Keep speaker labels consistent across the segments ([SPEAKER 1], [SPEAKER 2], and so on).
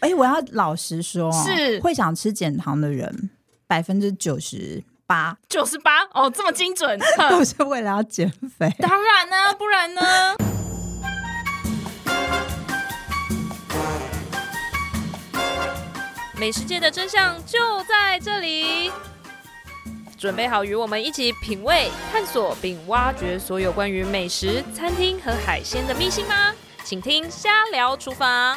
[SPEAKER 1] 哎、我要老实说哦，
[SPEAKER 2] 是
[SPEAKER 1] 会想吃减糖的人，百分之九十八
[SPEAKER 2] 九十八哦，这么精准，哼
[SPEAKER 1] 都是为了要减肥。
[SPEAKER 2] 当然呢、不然呢？美食界的真相就在这里，准备好与我们一起品味、探索并挖掘所有关于美食、餐厅和海鲜的秘辛吗？请听《瞎聊厨房》。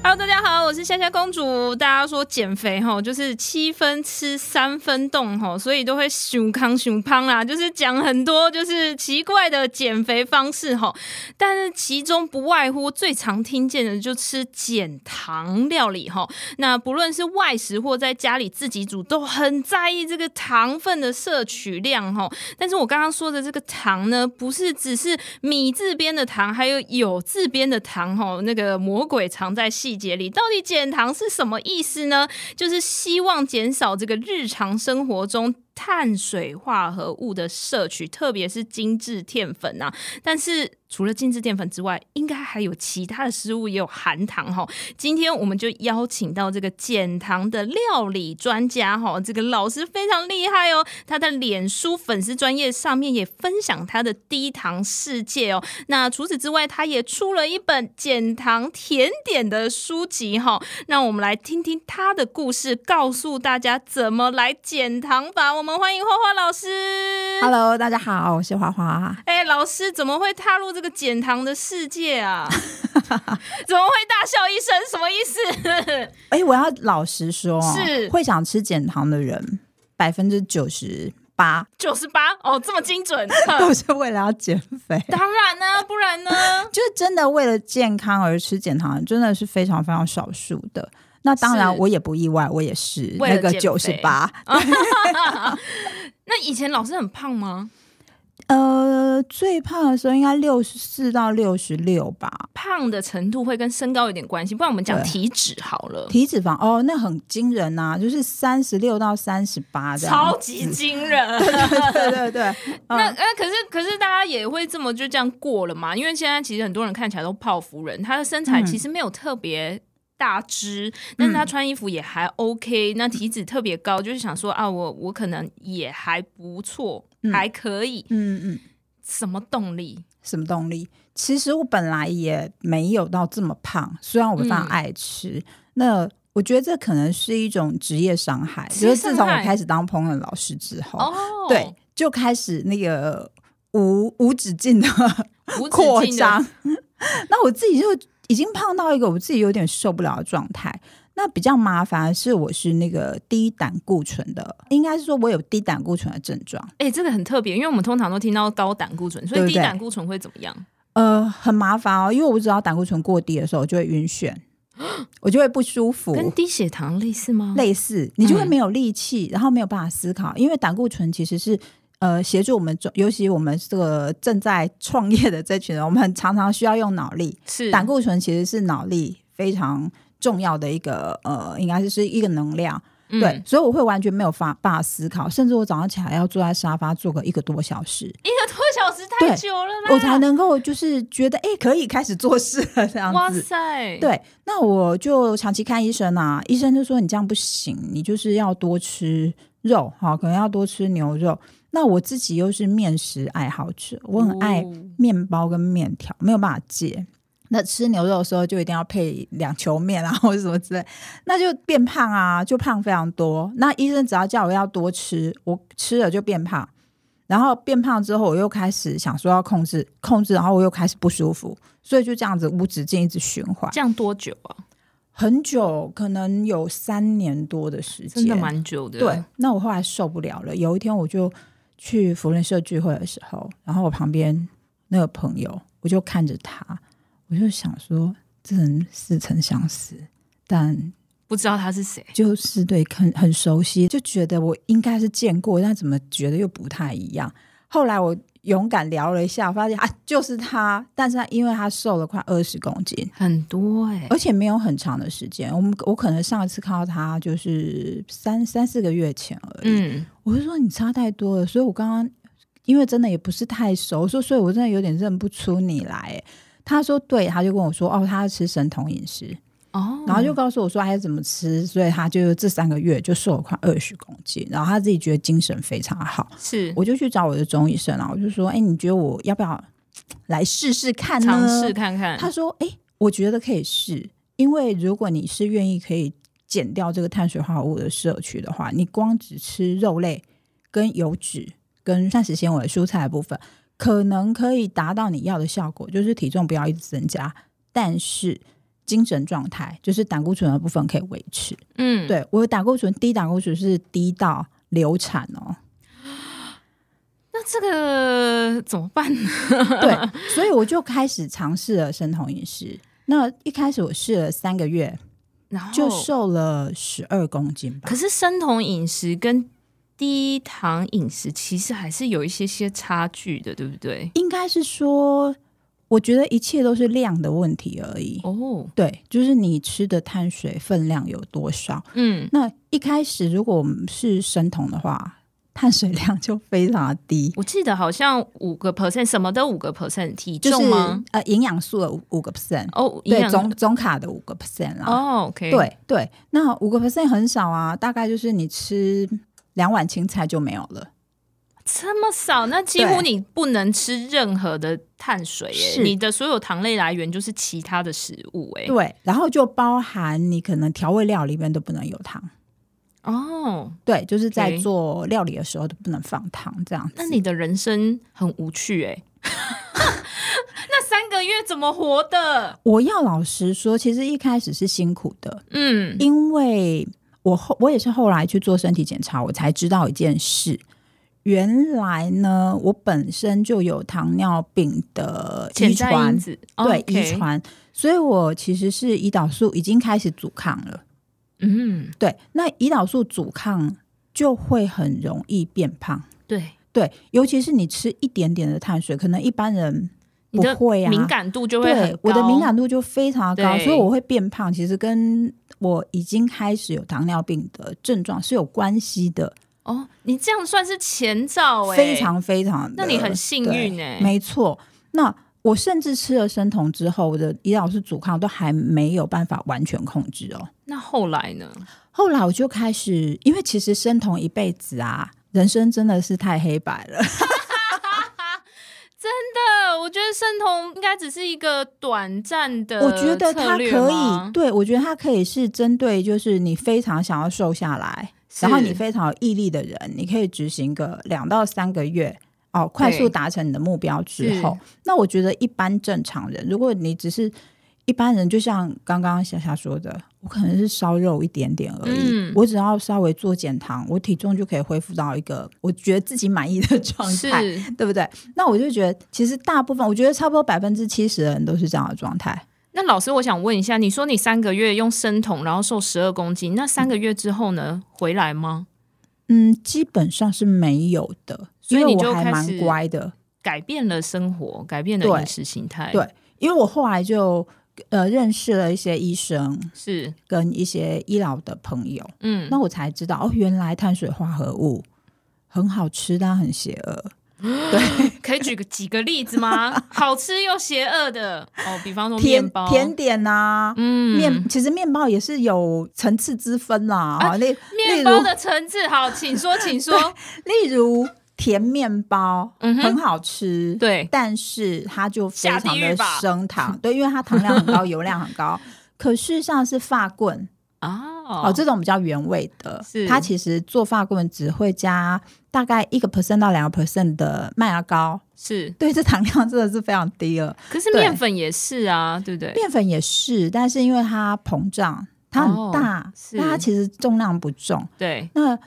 [SPEAKER 2] Hello，大家好，我是夏夏公主。大家说减肥吼，就是七分吃三分动吼，所以都会熊康熊胖啦，就是讲很多就是奇怪的减肥方式吼。但是其中不外乎最常听见的就吃减糖料理吼。那不论是外食或在家里自己煮，都很在意这个糖分的摄取量吼。但是我刚刚说的这个糖呢，不是只是米字边的糖，还有有字边的糖吼，那个魔鬼藏在细节里。到底减糖是什么意思呢？就是希望减少这个日常生活中。碳水化合物的摄取，特别是精致淀粉啊，但是除了精致淀粉之外，应该还有其他的食物也有含糖哈。今天我们就邀请到这个减糖的料理专家哈，这个老师非常厉害哦，他的脸书粉丝专业上面也分享他的低糖世界哦。那除此之外，他也出了一本减糖甜点的书籍哈。那我们来听听他的故事，告诉大家怎么来减糖法。我们欢迎花花老师。
[SPEAKER 1] Hello，大家好，我是花花。
[SPEAKER 2] 哎、老师怎么会踏入这个减糖的世界啊？ 怎么会大笑一声？什么意思？
[SPEAKER 1] 哎、我要老实说哦，
[SPEAKER 2] 是
[SPEAKER 1] 会想吃减糖的人，百分之九十八
[SPEAKER 2] 九十八哦，这么精准。 哼
[SPEAKER 1] 都是为了要减肥。
[SPEAKER 2] 当然呢、啊不然呢？
[SPEAKER 1] 就是真的为了健康而吃减糖，真的是非常非常少数的。那当然，
[SPEAKER 2] 是
[SPEAKER 1] 我也不意外，我也是
[SPEAKER 2] 为了
[SPEAKER 1] 那个
[SPEAKER 2] 减
[SPEAKER 1] 九
[SPEAKER 2] 肥
[SPEAKER 1] 十八，
[SPEAKER 2] 那以前老师很胖吗？
[SPEAKER 1] 呃，最胖的时候应该六十四到六十六吧。
[SPEAKER 2] 胖的程度会跟身高有点关系，不然我们讲
[SPEAKER 1] 对
[SPEAKER 2] 体脂好了。
[SPEAKER 1] 体脂肪哦，那很惊人呐、就是三十六到三十八这样，
[SPEAKER 2] 超级 惊人，
[SPEAKER 1] 对对对对，
[SPEAKER 2] 那呃，可是可是大家也会这么就这样过了嘛？因为现在其实很多人看起来都泡芙人，他的身材
[SPEAKER 1] 嗯
[SPEAKER 2] 其实没有特别。大只，但是他穿衣服也还 OK，、那体脂特别高，就是想说啊，我我可能也还不错，
[SPEAKER 1] 嗯
[SPEAKER 2] 还可以。
[SPEAKER 1] 嗯嗯，
[SPEAKER 2] 什么动力？
[SPEAKER 1] 什么动力？其实我本来也没有到这么胖，虽然我非常
[SPEAKER 2] 嗯
[SPEAKER 1] 爱吃，那我觉得这可能是一种职业伤害，
[SPEAKER 2] 职
[SPEAKER 1] 就
[SPEAKER 2] 业
[SPEAKER 1] 是
[SPEAKER 2] 伤
[SPEAKER 1] 自从我
[SPEAKER 2] 害
[SPEAKER 1] 开始当烹饪老师之后，
[SPEAKER 2] 哦，
[SPEAKER 1] 对，，就开始那个无无止境的
[SPEAKER 2] 无
[SPEAKER 1] 扩
[SPEAKER 2] 止境的
[SPEAKER 1] 张。那我自己就已经胖到一个我自己有点受不了的状态。那比较麻烦的是，我是那个低胆固醇的，应该是说我有低胆固醇的症状，
[SPEAKER 2] 哎、这个很特别，因为我们通常都听到高胆固醇，所以
[SPEAKER 1] 对
[SPEAKER 2] 低
[SPEAKER 1] 不对
[SPEAKER 2] 胆固醇会怎么样？
[SPEAKER 1] 呃，很麻烦哦，因为我只要胆固醇过低的时候，我就会晕眩，我就会不舒服。
[SPEAKER 2] 跟低血糖类似吗？
[SPEAKER 1] 类似，你就会
[SPEAKER 2] 嗯
[SPEAKER 1] 没有力气，然后没有办法思考，因为胆固醇其实是。呃，协助我们中，尤其我们这个正在创业的这群人，我们很常常需要用脑力。
[SPEAKER 2] 是
[SPEAKER 1] 胆固醇其实是脑力非常重要的一个呃，应该是是一个能量。
[SPEAKER 2] 嗯
[SPEAKER 1] 对，所以我会完全没有法办法思考，甚至我早上起来要坐在沙发坐个一个多小时，
[SPEAKER 2] 一个多小时太
[SPEAKER 1] 对
[SPEAKER 2] 久了啦，
[SPEAKER 1] 我才能够就是觉得哎、诶可以开始做事了这样
[SPEAKER 2] 哇
[SPEAKER 1] 子。
[SPEAKER 2] 塞，
[SPEAKER 1] 对，那我就长期看医生啊，医生就说你这样不行，你就是要多吃肉，哈，可能要多吃牛肉。那我自己又是面食爱好者，我很爱
[SPEAKER 2] 哦
[SPEAKER 1] 面包跟面条，没有办法戒。那吃牛肉的时候就一定要配两球面啊，或者什么之类，那就变胖啊，就胖非常多。那医生只要叫我要多吃，我吃了就变胖，然后变胖之后我又开始想说要控制控制，然后我又开始不舒服，所以就这样子无止境一直循环。
[SPEAKER 2] 这样多久啊？
[SPEAKER 1] 很久，可能有三年多的时间，
[SPEAKER 2] 真的蛮久的。
[SPEAKER 1] 对。那我后来受不了了，有一天我就去福伦社聚会的时候，然后我旁边那个朋友，我就看着他，我就想说，这人似曾相识，但
[SPEAKER 2] 不知道他是谁。
[SPEAKER 1] 就是对很很熟悉，就觉得我应该是见过，但怎么觉得又不太一样。后来我勇敢聊了一下，发现啊，就是他，但是他因为他瘦了快二十公斤，
[SPEAKER 2] 很多哎、
[SPEAKER 1] 而且没有很长的时间。我们我可能上一次看到他就是三三四个月前而已。
[SPEAKER 2] 嗯，
[SPEAKER 1] 我就说你差太多了，所以我刚刚因为真的也不是太熟，我说所以我真的有点认不出你来。欸他说对，他就跟我说哦，他吃生酮饮食，
[SPEAKER 2] 哦，
[SPEAKER 1] 然后就告诉我说还要怎么吃，所以他就这三个月就瘦了快二十公斤，然后他自己觉得精神非常好。
[SPEAKER 2] 是
[SPEAKER 1] 我就去找我的中医生啊，我就说，哎、你觉得我要不要来试试看呢？
[SPEAKER 2] 尝试看看，
[SPEAKER 1] 他说：“哎、我觉得可以试，因为如果你是愿意可以减掉这个碳水化合物的摄取的话，你光只吃肉类、跟油脂、跟膳食纤维、蔬菜的部分，可能可以达到你要的效果，就是体重不要一直增加，但是精神状态，就是胆固醇的部分可以维持。
[SPEAKER 2] 嗯，，
[SPEAKER 1] 对我的胆固醇低，胆固醇是低到流产哦。
[SPEAKER 2] 那这个怎么办 呢？
[SPEAKER 1] 对，所以我就开始尝试了生酮饮食。”那一开始我试了三个月，
[SPEAKER 2] 然后
[SPEAKER 1] 就瘦了十二公斤吧
[SPEAKER 2] 可。是生酮饮食跟低糖饮食其实还是有一些些差距的，对不对？
[SPEAKER 1] 应该是说，我觉得一切都是量的问题而已。
[SPEAKER 2] 哦，
[SPEAKER 1] 对，就是你吃的碳水分量有多少。
[SPEAKER 2] 嗯，
[SPEAKER 1] 那一开始如果我们是生酮的话，碳水量就非常的低，
[SPEAKER 2] 我记得好像五个 percent，什么都五个 percent 体
[SPEAKER 1] 就是
[SPEAKER 2] 重吗？
[SPEAKER 1] 呃营养素的五五个 percent，
[SPEAKER 2] 哦，营
[SPEAKER 1] 对
[SPEAKER 2] 养
[SPEAKER 1] 总总卡的五个 percent 啦。
[SPEAKER 2] 哦，OK，，
[SPEAKER 1] 对对，那五个 percent 很少啊，大概就是你吃两碗青菜就没有了。
[SPEAKER 2] 这么少，那几乎
[SPEAKER 1] 对
[SPEAKER 2] 你不能吃任何的碳水耶，
[SPEAKER 1] 是
[SPEAKER 2] 你的所有糖类来源就是其他的食物哎。
[SPEAKER 1] 对，然后就包含你可能调味料里面都不能有糖。
[SPEAKER 2] 哦，
[SPEAKER 1] 对，就是在
[SPEAKER 2] OK
[SPEAKER 1] 做料理的时候都不能放糖这样子。
[SPEAKER 2] 那你的人生很无 趣哎。那三个月怎么活的？
[SPEAKER 1] 我要老实说，其实一开始是辛苦的，
[SPEAKER 2] 嗯，
[SPEAKER 1] 因为我后我也是后来去做身体检查，我才知道一件事。原来呢，我本身就有糖尿病的遗
[SPEAKER 2] 潜在
[SPEAKER 1] 传
[SPEAKER 2] 因，子，
[SPEAKER 1] 对
[SPEAKER 2] OK
[SPEAKER 1] 遗，传，所以我其实是胰岛素已经开始阻抗了。
[SPEAKER 2] 嗯，
[SPEAKER 1] 对，那胰岛素阻抗就会很容易变胖。
[SPEAKER 2] 对，
[SPEAKER 1] 对，尤其是你吃一点点的碳水，可能一般人
[SPEAKER 2] 你
[SPEAKER 1] 不
[SPEAKER 2] 的
[SPEAKER 1] 会啊，
[SPEAKER 2] 敏感度就会很
[SPEAKER 1] 对
[SPEAKER 2] 高，
[SPEAKER 1] 我的敏感度就非常高，
[SPEAKER 2] 对
[SPEAKER 1] 所以我会变胖。其实跟我已经开始有糖尿病的症状是有关系的，
[SPEAKER 2] 哦，你这样算是前兆哎，
[SPEAKER 1] 非，常非常的
[SPEAKER 2] 那你很幸运哎
[SPEAKER 1] 对，没错。那我甚至吃了生酮之后，我的胰岛素阻抗都还没有办法完全控制哦。
[SPEAKER 2] 那后来呢？
[SPEAKER 1] 后来我就开始，因为其实生酮一辈子啊，人生真的是太黑白了。
[SPEAKER 2] 呃，我觉得生酮应该只是一个短暂的，
[SPEAKER 1] 我觉得它可以，，对我觉得它可以是针对就是你非常想要瘦下来，
[SPEAKER 2] 是
[SPEAKER 1] 然后你非常有毅力的人，你可以执行个两到三个月。哦，快速达成你的目标之后，那我觉得一般正常人，如果你只是一般人，就像刚刚霞霞说的，我可能是烧肉一点点而已，
[SPEAKER 2] 嗯
[SPEAKER 1] 我只要稍微做减糖，我体重就可以恢复到一个我觉得自己满意的状
[SPEAKER 2] 是
[SPEAKER 1] 态，对不对？那我就觉得，其实大部分，我觉得差不多百分之七十的人都是这样的状态。
[SPEAKER 2] 那老师，我想问一下，你说你三个月用生酮，然后瘦十二公斤，那三个月之后呢，回来吗？
[SPEAKER 1] 嗯，基本上是没有的，
[SPEAKER 2] 所以
[SPEAKER 1] 因为
[SPEAKER 2] 你就
[SPEAKER 1] 我还
[SPEAKER 2] 开
[SPEAKER 1] 蛮
[SPEAKER 2] 始
[SPEAKER 1] 乖的。
[SPEAKER 2] 改变了生活，改变了
[SPEAKER 1] 对
[SPEAKER 2] 饮食形态，
[SPEAKER 1] 对因为我后来就呃认识了一些医生
[SPEAKER 2] 是，
[SPEAKER 1] 跟一些医疗的朋友，
[SPEAKER 2] 嗯，
[SPEAKER 1] 那我才知道哦，原来碳水化合物很好吃，但很邪恶。对，
[SPEAKER 2] 可以举个几个例子 吗？好吃又邪恶的哦，比方说面
[SPEAKER 1] 甜
[SPEAKER 2] 包，
[SPEAKER 1] 甜点呐、
[SPEAKER 2] 嗯，
[SPEAKER 1] 面其实面包也是有层次之分啦，哈、例例
[SPEAKER 2] 啊面
[SPEAKER 1] 如
[SPEAKER 2] 包的层次，好，请说，请说，
[SPEAKER 1] 例如甜面包，
[SPEAKER 2] 嗯哼
[SPEAKER 1] 很好吃，
[SPEAKER 2] 对，
[SPEAKER 1] 但是它就非
[SPEAKER 2] 下
[SPEAKER 1] 常
[SPEAKER 2] 地狱
[SPEAKER 1] 的
[SPEAKER 2] 吧
[SPEAKER 1] 升糖，对，因为它糖量很 高，油量很高。可是像是发棍
[SPEAKER 2] 哦
[SPEAKER 1] 哦，这种比较原味的
[SPEAKER 2] 是，
[SPEAKER 1] 它其实做发棍只会加大概一个 percent 到两个 percent 的麦芽膏，
[SPEAKER 2] 是，
[SPEAKER 1] 对，这糖量真的是非常低了。
[SPEAKER 2] 可是
[SPEAKER 1] 对
[SPEAKER 2] 面粉也是啊，对不对？
[SPEAKER 1] 面粉也是，但是因为它膨胀，它
[SPEAKER 2] 哦
[SPEAKER 1] 很大，
[SPEAKER 2] 是
[SPEAKER 1] 那它其实重量不重。
[SPEAKER 2] 对
[SPEAKER 1] 那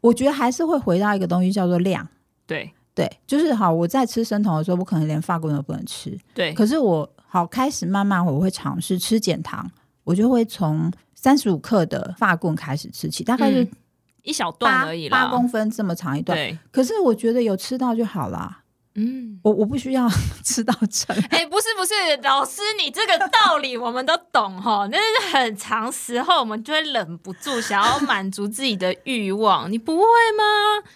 [SPEAKER 1] 我觉得还是会回到一个东西叫做量，
[SPEAKER 2] 对
[SPEAKER 1] 对，就是好，我在吃生酮的时候，我可能连发棍都不能吃，
[SPEAKER 2] 对，
[SPEAKER 1] 可是我好开始慢慢我会尝试吃减糖，我就会从三十五克的发棍开始吃起，大概就
[SPEAKER 2] 嗯一小段
[SPEAKER 1] 八
[SPEAKER 2] 而已啦，
[SPEAKER 1] 八、公分这么长一段。
[SPEAKER 2] 对，
[SPEAKER 1] 可是我觉得有吃到就好啦，
[SPEAKER 2] 嗯。
[SPEAKER 1] 我我不需要 吃到撑。
[SPEAKER 2] 哎、不是不是，老师，你这个道理我们都懂哈， 但是很长时候我们就会忍不住想要满足自己的欲望，你不会吗？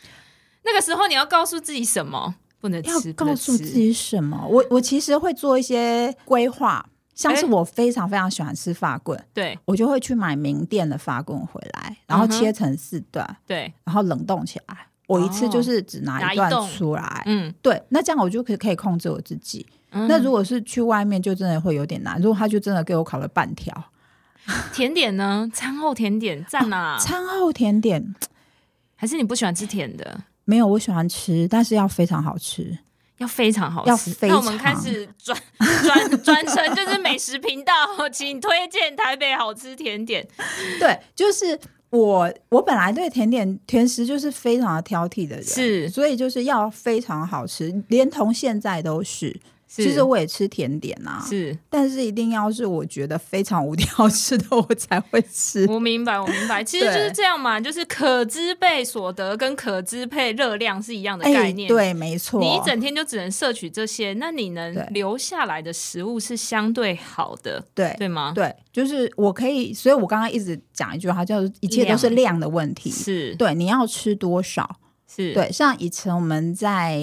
[SPEAKER 2] 那个时候你要告诉自己什么？不能
[SPEAKER 1] 要
[SPEAKER 2] 吃，不
[SPEAKER 1] 告
[SPEAKER 2] 能
[SPEAKER 1] 诉自
[SPEAKER 2] 吃。
[SPEAKER 1] 己什么？我我其实会做一些规划，像是
[SPEAKER 2] 哎
[SPEAKER 1] 我非常非常喜欢吃法棍，
[SPEAKER 2] 对
[SPEAKER 1] 我就会去买名店的法棍回来，然后
[SPEAKER 2] 嗯哼
[SPEAKER 1] 切成四段，
[SPEAKER 2] 对，
[SPEAKER 1] 然后冷冻起来。我一次
[SPEAKER 2] 哦
[SPEAKER 1] 就是只拿
[SPEAKER 2] 拿
[SPEAKER 1] 一
[SPEAKER 2] 一
[SPEAKER 1] 段
[SPEAKER 2] 冻
[SPEAKER 1] 出来，
[SPEAKER 2] 嗯，
[SPEAKER 1] 对，那这样我就可以可以控制我自己。那
[SPEAKER 2] 那
[SPEAKER 1] 如果是去外面，就真的会有点难。如果他就真的给我烤了半条，
[SPEAKER 2] 啊甜点呢？餐后甜点赞啊！
[SPEAKER 1] 哦餐后甜点
[SPEAKER 2] 还是你不喜欢吃甜的？
[SPEAKER 1] 没有，我喜欢吃，但是要非常好吃。
[SPEAKER 2] 要非常好吃，
[SPEAKER 1] 要非常
[SPEAKER 2] 那我们开始转 转转成就是美食频道，请推荐台北好吃 甜点。
[SPEAKER 1] 对，就是我我本来对甜点甜食就是非常的挑剔的人，
[SPEAKER 2] 是
[SPEAKER 1] 所以就是要非常好吃，连同现在都是。
[SPEAKER 2] 是
[SPEAKER 1] 其实我也吃甜点啊，
[SPEAKER 2] 是
[SPEAKER 1] 但是一定要是我觉得非常无聊 吃的，我才会吃。
[SPEAKER 2] 我明白，我明白，其实就是这样嘛，就是可支配所得跟可支配热量是一样的概念。。
[SPEAKER 1] 哎对，没错，
[SPEAKER 2] 你一整天就只能摄取这些，那你能
[SPEAKER 1] 对
[SPEAKER 2] 留下来的食物是相对好的，
[SPEAKER 1] 对啊
[SPEAKER 2] 对吗？
[SPEAKER 1] 对，就是我可以，所以我刚刚一直讲一句话，叫做一切都是量的问题。
[SPEAKER 2] 是
[SPEAKER 1] 对，你要吃多少？
[SPEAKER 2] 是，
[SPEAKER 1] 对，像以前我们在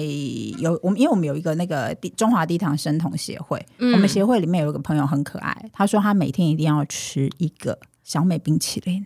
[SPEAKER 1] 有我们，因为我们有一个那个地中华低糖生酮协会，
[SPEAKER 2] 嗯
[SPEAKER 1] 我们协会里面有一个朋友很可爱，他说他每天一定要吃一个小美冰淇淋。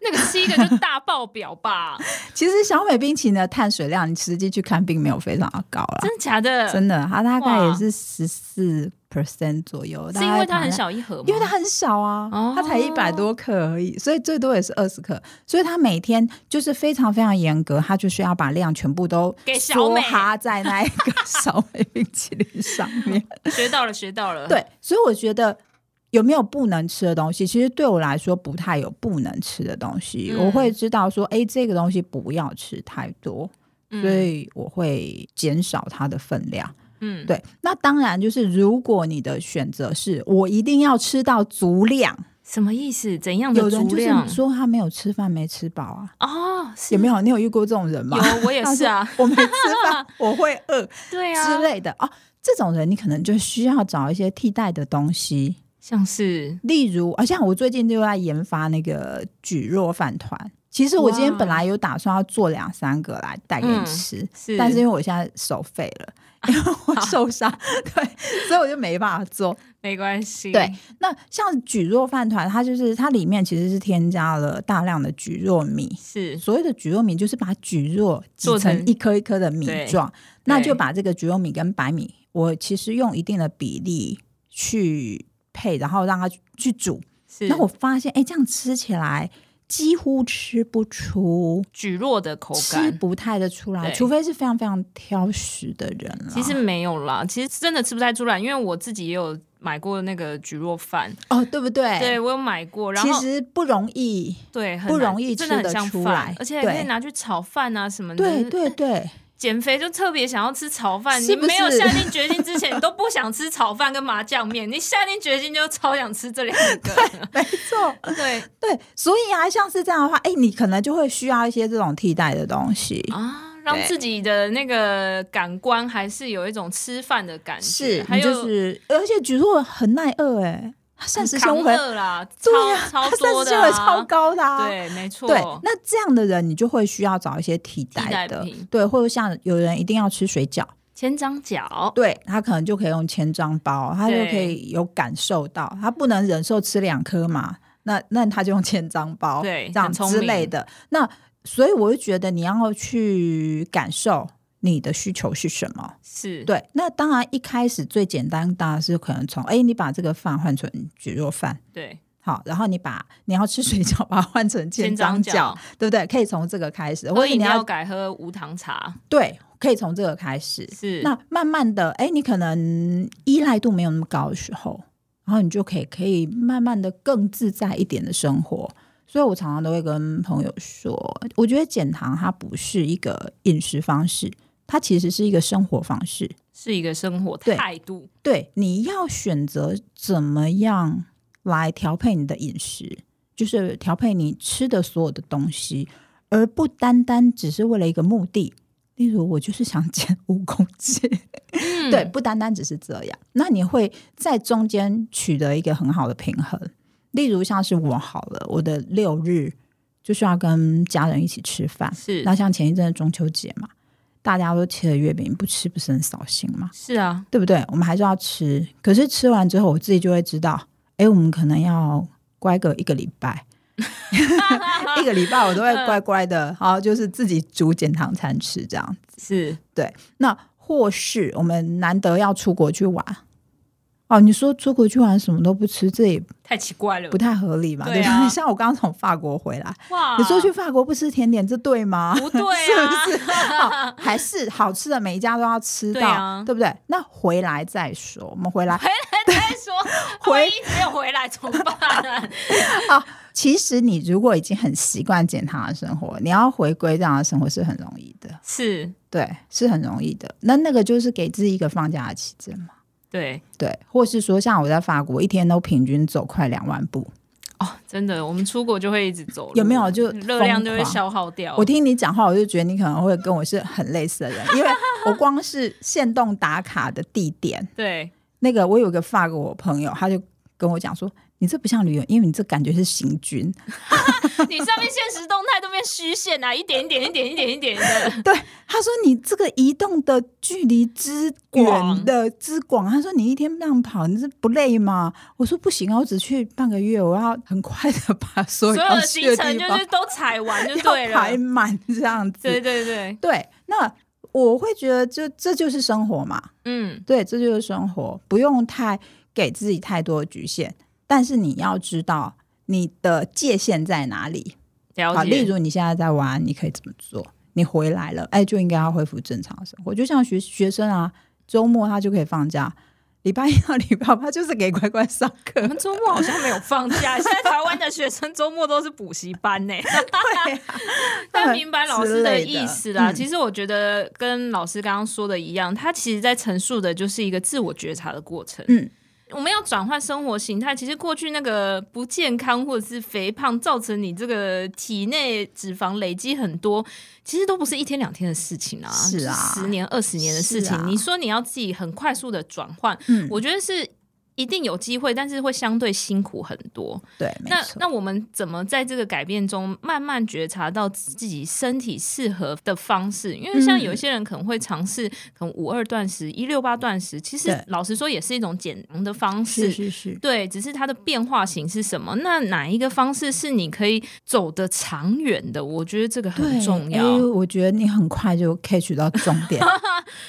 [SPEAKER 2] 那个是一个就大爆表吧，
[SPEAKER 1] 其实小美冰淇淋的碳水量，你实际去看并没有非常的高啦，
[SPEAKER 2] 真的假的？
[SPEAKER 1] 真的，它大概也
[SPEAKER 2] 哇
[SPEAKER 1] 是十四 percent 左右，
[SPEAKER 2] 是因为它
[SPEAKER 1] 大概
[SPEAKER 2] 很小一盒吗？
[SPEAKER 1] 因为它很小啊，
[SPEAKER 2] 哦
[SPEAKER 1] 它才一百多克而已，所以最多也是二十克，所以它每天就是非常非常严格，它就是要把量全部都
[SPEAKER 2] 给小美
[SPEAKER 1] 梭哈在那一 个小美冰淇淋上面。
[SPEAKER 2] 学到了，学到了。
[SPEAKER 1] 对，所以我觉得有没有不能吃的东西，其实对我来说不太有不能吃的东西，
[SPEAKER 2] 嗯
[SPEAKER 1] 我会知道说，哎，这个东西不要吃太多，
[SPEAKER 2] 嗯，
[SPEAKER 1] 所以我会减少它的分量。
[SPEAKER 2] 嗯，
[SPEAKER 1] 对，那当然就是如果你的选择是我一定要吃到足量。
[SPEAKER 2] 什么意思？怎样
[SPEAKER 1] 有
[SPEAKER 2] 的
[SPEAKER 1] 人
[SPEAKER 2] 足
[SPEAKER 1] 就
[SPEAKER 2] 量
[SPEAKER 1] 是？说他没有吃饭，没吃饱啊，
[SPEAKER 2] 哦，是
[SPEAKER 1] 有没有？你有遇过这种人吗？
[SPEAKER 2] 有我也
[SPEAKER 1] 他
[SPEAKER 2] 是啊，
[SPEAKER 1] 说我没吃饭， 我会饿
[SPEAKER 2] 对啊，
[SPEAKER 1] 之类的哦。这种人你可能就需要找一些替代的东西，
[SPEAKER 2] 像是
[SPEAKER 1] 例如，啊，像我最近就在研发那个蒟蒻饭团。其实我今天
[SPEAKER 2] 哇
[SPEAKER 1] 本来有打算要做两三个来带给你
[SPEAKER 2] 嗯
[SPEAKER 1] 吃，
[SPEAKER 2] 是
[SPEAKER 1] 但是因为我现在手废了，因为我受伤，对，所以我就没办法做。
[SPEAKER 2] 没关系，
[SPEAKER 1] 对，那像蒟蒻饭团，它就是它里面其实是添加了大量的蒟蒻米，
[SPEAKER 2] 是
[SPEAKER 1] 所谓的蒟蒻米就是把蒟蒻挤
[SPEAKER 2] 做
[SPEAKER 1] 成
[SPEAKER 2] 成
[SPEAKER 1] 一颗一颗的米
[SPEAKER 2] 对
[SPEAKER 1] 状，那
[SPEAKER 2] 对
[SPEAKER 1] 就把这个蒟蒻米跟白米，我其实用一定的比例去配，然后让它去去煮。
[SPEAKER 2] 是。
[SPEAKER 1] 那我发现，哎，这样吃起来几乎吃不出，
[SPEAKER 2] 蒟蒻的口
[SPEAKER 1] 吃啊
[SPEAKER 2] 感。
[SPEAKER 1] 不太的出来，
[SPEAKER 2] 对
[SPEAKER 1] 除非是非常非常挑食的人啦
[SPEAKER 2] 其实没有啦，其实真的吃不太出来，因为我自己也有买过那个蒟蒻饭，
[SPEAKER 1] 哦，对不对？
[SPEAKER 2] 对我有买过，然
[SPEAKER 1] 其
[SPEAKER 2] 后
[SPEAKER 1] 实不容易。
[SPEAKER 2] 对很
[SPEAKER 1] 不
[SPEAKER 2] 难
[SPEAKER 1] 容易
[SPEAKER 2] 真的
[SPEAKER 1] 吃得
[SPEAKER 2] 很像
[SPEAKER 1] 出来
[SPEAKER 2] 饭，而且可
[SPEAKER 1] 对
[SPEAKER 2] 以拿去炒饭啊什么的。
[SPEAKER 1] 对
[SPEAKER 2] 就是
[SPEAKER 1] 对对，
[SPEAKER 2] 减肥就特别想要吃炒饭，
[SPEAKER 1] 是不是
[SPEAKER 2] 你没有下定决心之前，你都不想吃炒饭跟麻酱面。你下定决心就超想吃这两 个，
[SPEAKER 1] 没错，
[SPEAKER 2] 对
[SPEAKER 1] 对，所以啊，像是这样的话，哎，你可能就会需要一些这种替代的东西。
[SPEAKER 2] 啊，让自己的那个感官还是有一种吃饭的感觉，
[SPEAKER 1] 是，
[SPEAKER 2] 还
[SPEAKER 1] 你
[SPEAKER 2] 有
[SPEAKER 1] 就是，而且蒟蒻很耐饿、哎，它膳食纤
[SPEAKER 2] 扛
[SPEAKER 1] 维，
[SPEAKER 2] 饿啦，超
[SPEAKER 1] 对啊，
[SPEAKER 2] 超
[SPEAKER 1] 它膳
[SPEAKER 2] 多
[SPEAKER 1] 食
[SPEAKER 2] 的
[SPEAKER 1] 纤维超
[SPEAKER 2] 啊，
[SPEAKER 1] 高的、啊，。
[SPEAKER 2] 对，没错，
[SPEAKER 1] 对，那这样的人你就会需要找一些替
[SPEAKER 2] 替代
[SPEAKER 1] 的
[SPEAKER 2] 品，
[SPEAKER 1] 对，或者像有人一定要吃水饺，
[SPEAKER 2] 千张脚，
[SPEAKER 1] 对他可能就可以用千张包，他就
[SPEAKER 2] 对
[SPEAKER 1] 可以有感受到，他不能忍受吃两颗嘛，那那他就用千张包，
[SPEAKER 2] 对
[SPEAKER 1] 这样
[SPEAKER 2] 很聪
[SPEAKER 1] 之类
[SPEAKER 2] 明
[SPEAKER 1] 的。那所以我就觉得你要去感受你的需求是什么。
[SPEAKER 2] 是，
[SPEAKER 1] 对，那当然一开始最简单，当然是可能从哎，诶你把这个饭换成蒟蒻饭。
[SPEAKER 2] 对，
[SPEAKER 1] 好，然后你把你要吃水饺，把它换成 千张饺，
[SPEAKER 2] 脚，
[SPEAKER 1] 对不对？可以从这个开始，或
[SPEAKER 2] 喝
[SPEAKER 1] 者你
[SPEAKER 2] 饮
[SPEAKER 1] 要
[SPEAKER 2] 料改喝无糖茶，
[SPEAKER 1] 对，可以从这个开始。
[SPEAKER 2] 是，
[SPEAKER 1] 那慢慢的，哎，你可能依赖度没有那么高的时候，然后你就可以可以慢慢的更自在一点的生活。所以我常常都会跟朋友说，我觉得减糖它不是一个饮食方式，它其实是一个生活方式。
[SPEAKER 2] 是一个生活
[SPEAKER 1] 对
[SPEAKER 2] 态度，
[SPEAKER 1] 对，你要选择怎么样来调配你的饮食，就是调配你吃的所有的东西，而不单单只是为了一个目的。例如，我就是想减五公斤，
[SPEAKER 2] 嗯
[SPEAKER 1] 对，，不单单只是这样，那你会在中间取得一个很好的平衡。例如像是我好了，我的六日就是要跟家人一起吃饭，
[SPEAKER 2] 是
[SPEAKER 1] 那像前一阵的中秋节嘛，大家都吃了月饼，不吃不是很扫兴吗？
[SPEAKER 2] 是啊，
[SPEAKER 1] 对不对？我们还是要吃，可是吃完之后，我自己就会知道，哎，我们可能要乖个一个礼 拜，一个礼拜我都会乖乖的，好，就是自己煮减糖餐吃这样。
[SPEAKER 2] 是
[SPEAKER 1] 对，那或是我们难得要出国去玩，哦，你说出国去玩什么都不吃，这也
[SPEAKER 2] 太奇怪了
[SPEAKER 1] 不。太合理嘛，
[SPEAKER 2] 对
[SPEAKER 1] 对
[SPEAKER 2] 啊
[SPEAKER 1] 吧？ 像我刚刚从法国回来，
[SPEAKER 2] 哇
[SPEAKER 1] 你说去法国不吃甜点，这对吗？
[SPEAKER 2] 不对啊？
[SPEAKER 1] 是不是？好还是好吃的每一家都要吃到，
[SPEAKER 2] 对啊
[SPEAKER 1] 不对？那回来再说，我们回来
[SPEAKER 2] 再说
[SPEAKER 1] 回
[SPEAKER 2] 万一没有回来怎么 办？
[SPEAKER 1] 其实你如果已经很习惯健康的生活，你要回归这样的生活是很容易的，
[SPEAKER 2] 是，
[SPEAKER 1] 对，是很容易的。那那个就是给自己一个放假的期间嘛，
[SPEAKER 2] 对
[SPEAKER 1] 对，或是说像我在法国，一天都平均走快两万步。
[SPEAKER 2] 哦，真的，我们出国就会一直走路，
[SPEAKER 1] 有没有就
[SPEAKER 2] 热量就会
[SPEAKER 1] 疯狂
[SPEAKER 2] 消耗掉？
[SPEAKER 1] 我听你讲话，我就觉得你可能会跟我是很类似的人，因为我光是限动打卡的地点，
[SPEAKER 2] 对，
[SPEAKER 1] 那个我有个法国朋友，他就跟我讲说。你这不像旅游，因为你这感觉是行军。
[SPEAKER 2] 你上面现实动态都变虚线啊，一点一点一点一点一点的，
[SPEAKER 1] 他说你这个移动的距离之
[SPEAKER 2] 广
[SPEAKER 1] 远的之广，他说你一天那样跑，你这不累吗？我说不行啊，我只去半个月，我要很快的把所有
[SPEAKER 2] 所有
[SPEAKER 1] 要
[SPEAKER 2] 的
[SPEAKER 1] 哦去
[SPEAKER 2] 行
[SPEAKER 1] 的地
[SPEAKER 2] 程就
[SPEAKER 1] 方
[SPEAKER 2] 是都踩完就对
[SPEAKER 1] 要排
[SPEAKER 2] 了。
[SPEAKER 1] 满这样子。
[SPEAKER 2] 对对对，
[SPEAKER 1] 对那我会觉得就这就是生活嘛，
[SPEAKER 2] 嗯，
[SPEAKER 1] 对，这就是生活，不用太给自己太多的局限，但是你要知道你的界限在哪里。
[SPEAKER 2] 了
[SPEAKER 1] 好，例
[SPEAKER 2] 解。
[SPEAKER 1] 如你现在在玩，你可以怎么做？你回来了，哎，就应该要恢复正常的生活。就像学学生啊，周末他就可以放假，礼拜一到礼拜五他就是给乖乖上课
[SPEAKER 2] 我。们周末好像没有放假，现在台湾的学生周末都是补习班呢。
[SPEAKER 1] 对啊、
[SPEAKER 2] 但明白老师
[SPEAKER 1] 之
[SPEAKER 2] 的
[SPEAKER 1] 类
[SPEAKER 2] 意思啦。
[SPEAKER 1] 的嗯
[SPEAKER 2] 其实我觉得跟老师刚刚说的一样，他其实在陈述的就是一个自我觉察的过程。
[SPEAKER 1] 嗯，
[SPEAKER 2] 我们要转换生活形态，其实过去那个不健康或者是肥胖造成你这个体内脂肪累积很多，其实都不是一天两天的事情啊，
[SPEAKER 1] 是啊
[SPEAKER 2] 十年二十年的事情。
[SPEAKER 1] 是啊
[SPEAKER 2] 你说你要自己很快速的转换，
[SPEAKER 1] 嗯，
[SPEAKER 2] 我觉得是。一定有机会，但是会相对辛苦很多。
[SPEAKER 1] 对，没
[SPEAKER 2] 嗯那
[SPEAKER 1] 错，
[SPEAKER 2] 那我们怎么在这个改变中慢慢觉察到自己身体适合的方式？因为
[SPEAKER 1] 嗯
[SPEAKER 2] 像有一些人可能会尝试可能五二断食、一六八断食，其实
[SPEAKER 1] 对
[SPEAKER 2] 老实说也是一种减糖的方
[SPEAKER 1] 是
[SPEAKER 2] 式。
[SPEAKER 1] 是是，
[SPEAKER 2] 对，只是它的变化型是什么？那哪一个方式是你可以走得长远的？我觉得这个很
[SPEAKER 1] 对
[SPEAKER 2] 重
[SPEAKER 1] 哎
[SPEAKER 2] 要。
[SPEAKER 1] 我觉得你很快就 catch 到重 点，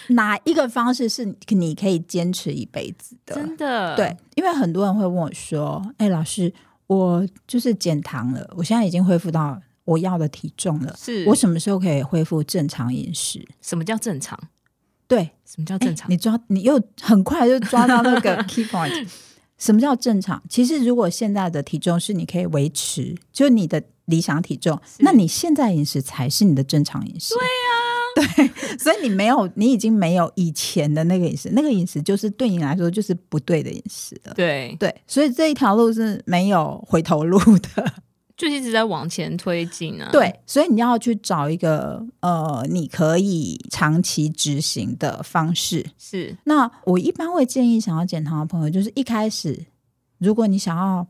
[SPEAKER 1] 哪一个方式是你可以坚持一辈子的？
[SPEAKER 2] 真的，
[SPEAKER 1] 对，因为很多人会问我说：“哎、老师，我就是减糖了，我现在已经恢复到我要的体重了，
[SPEAKER 2] 是
[SPEAKER 1] 我什么时候可以恢复正常饮食
[SPEAKER 2] 什么叫正常？？”
[SPEAKER 1] 对，
[SPEAKER 2] 什么叫
[SPEAKER 1] 哎
[SPEAKER 2] 正常？
[SPEAKER 1] 你抓，你又很快就抓到那 个 key point。什么叫正常？其实如果现在的体重是你可以维持，就你的理想体重，那你现在饮食才是你的正常饮食。对呀、对，所以你没有，你已经没有以前的那个饮食，那个饮食就是对你来说就是不对的饮食了。
[SPEAKER 2] 对，
[SPEAKER 1] 对，所以这一条路是没有回头路的。
[SPEAKER 2] 就一直在往前推进啊。，
[SPEAKER 1] 对，所以你要去找一个呃，你可以长期执行的方式。
[SPEAKER 2] 是
[SPEAKER 1] 那我一般会建议想要减糖的朋友，就是一开始，如果你想要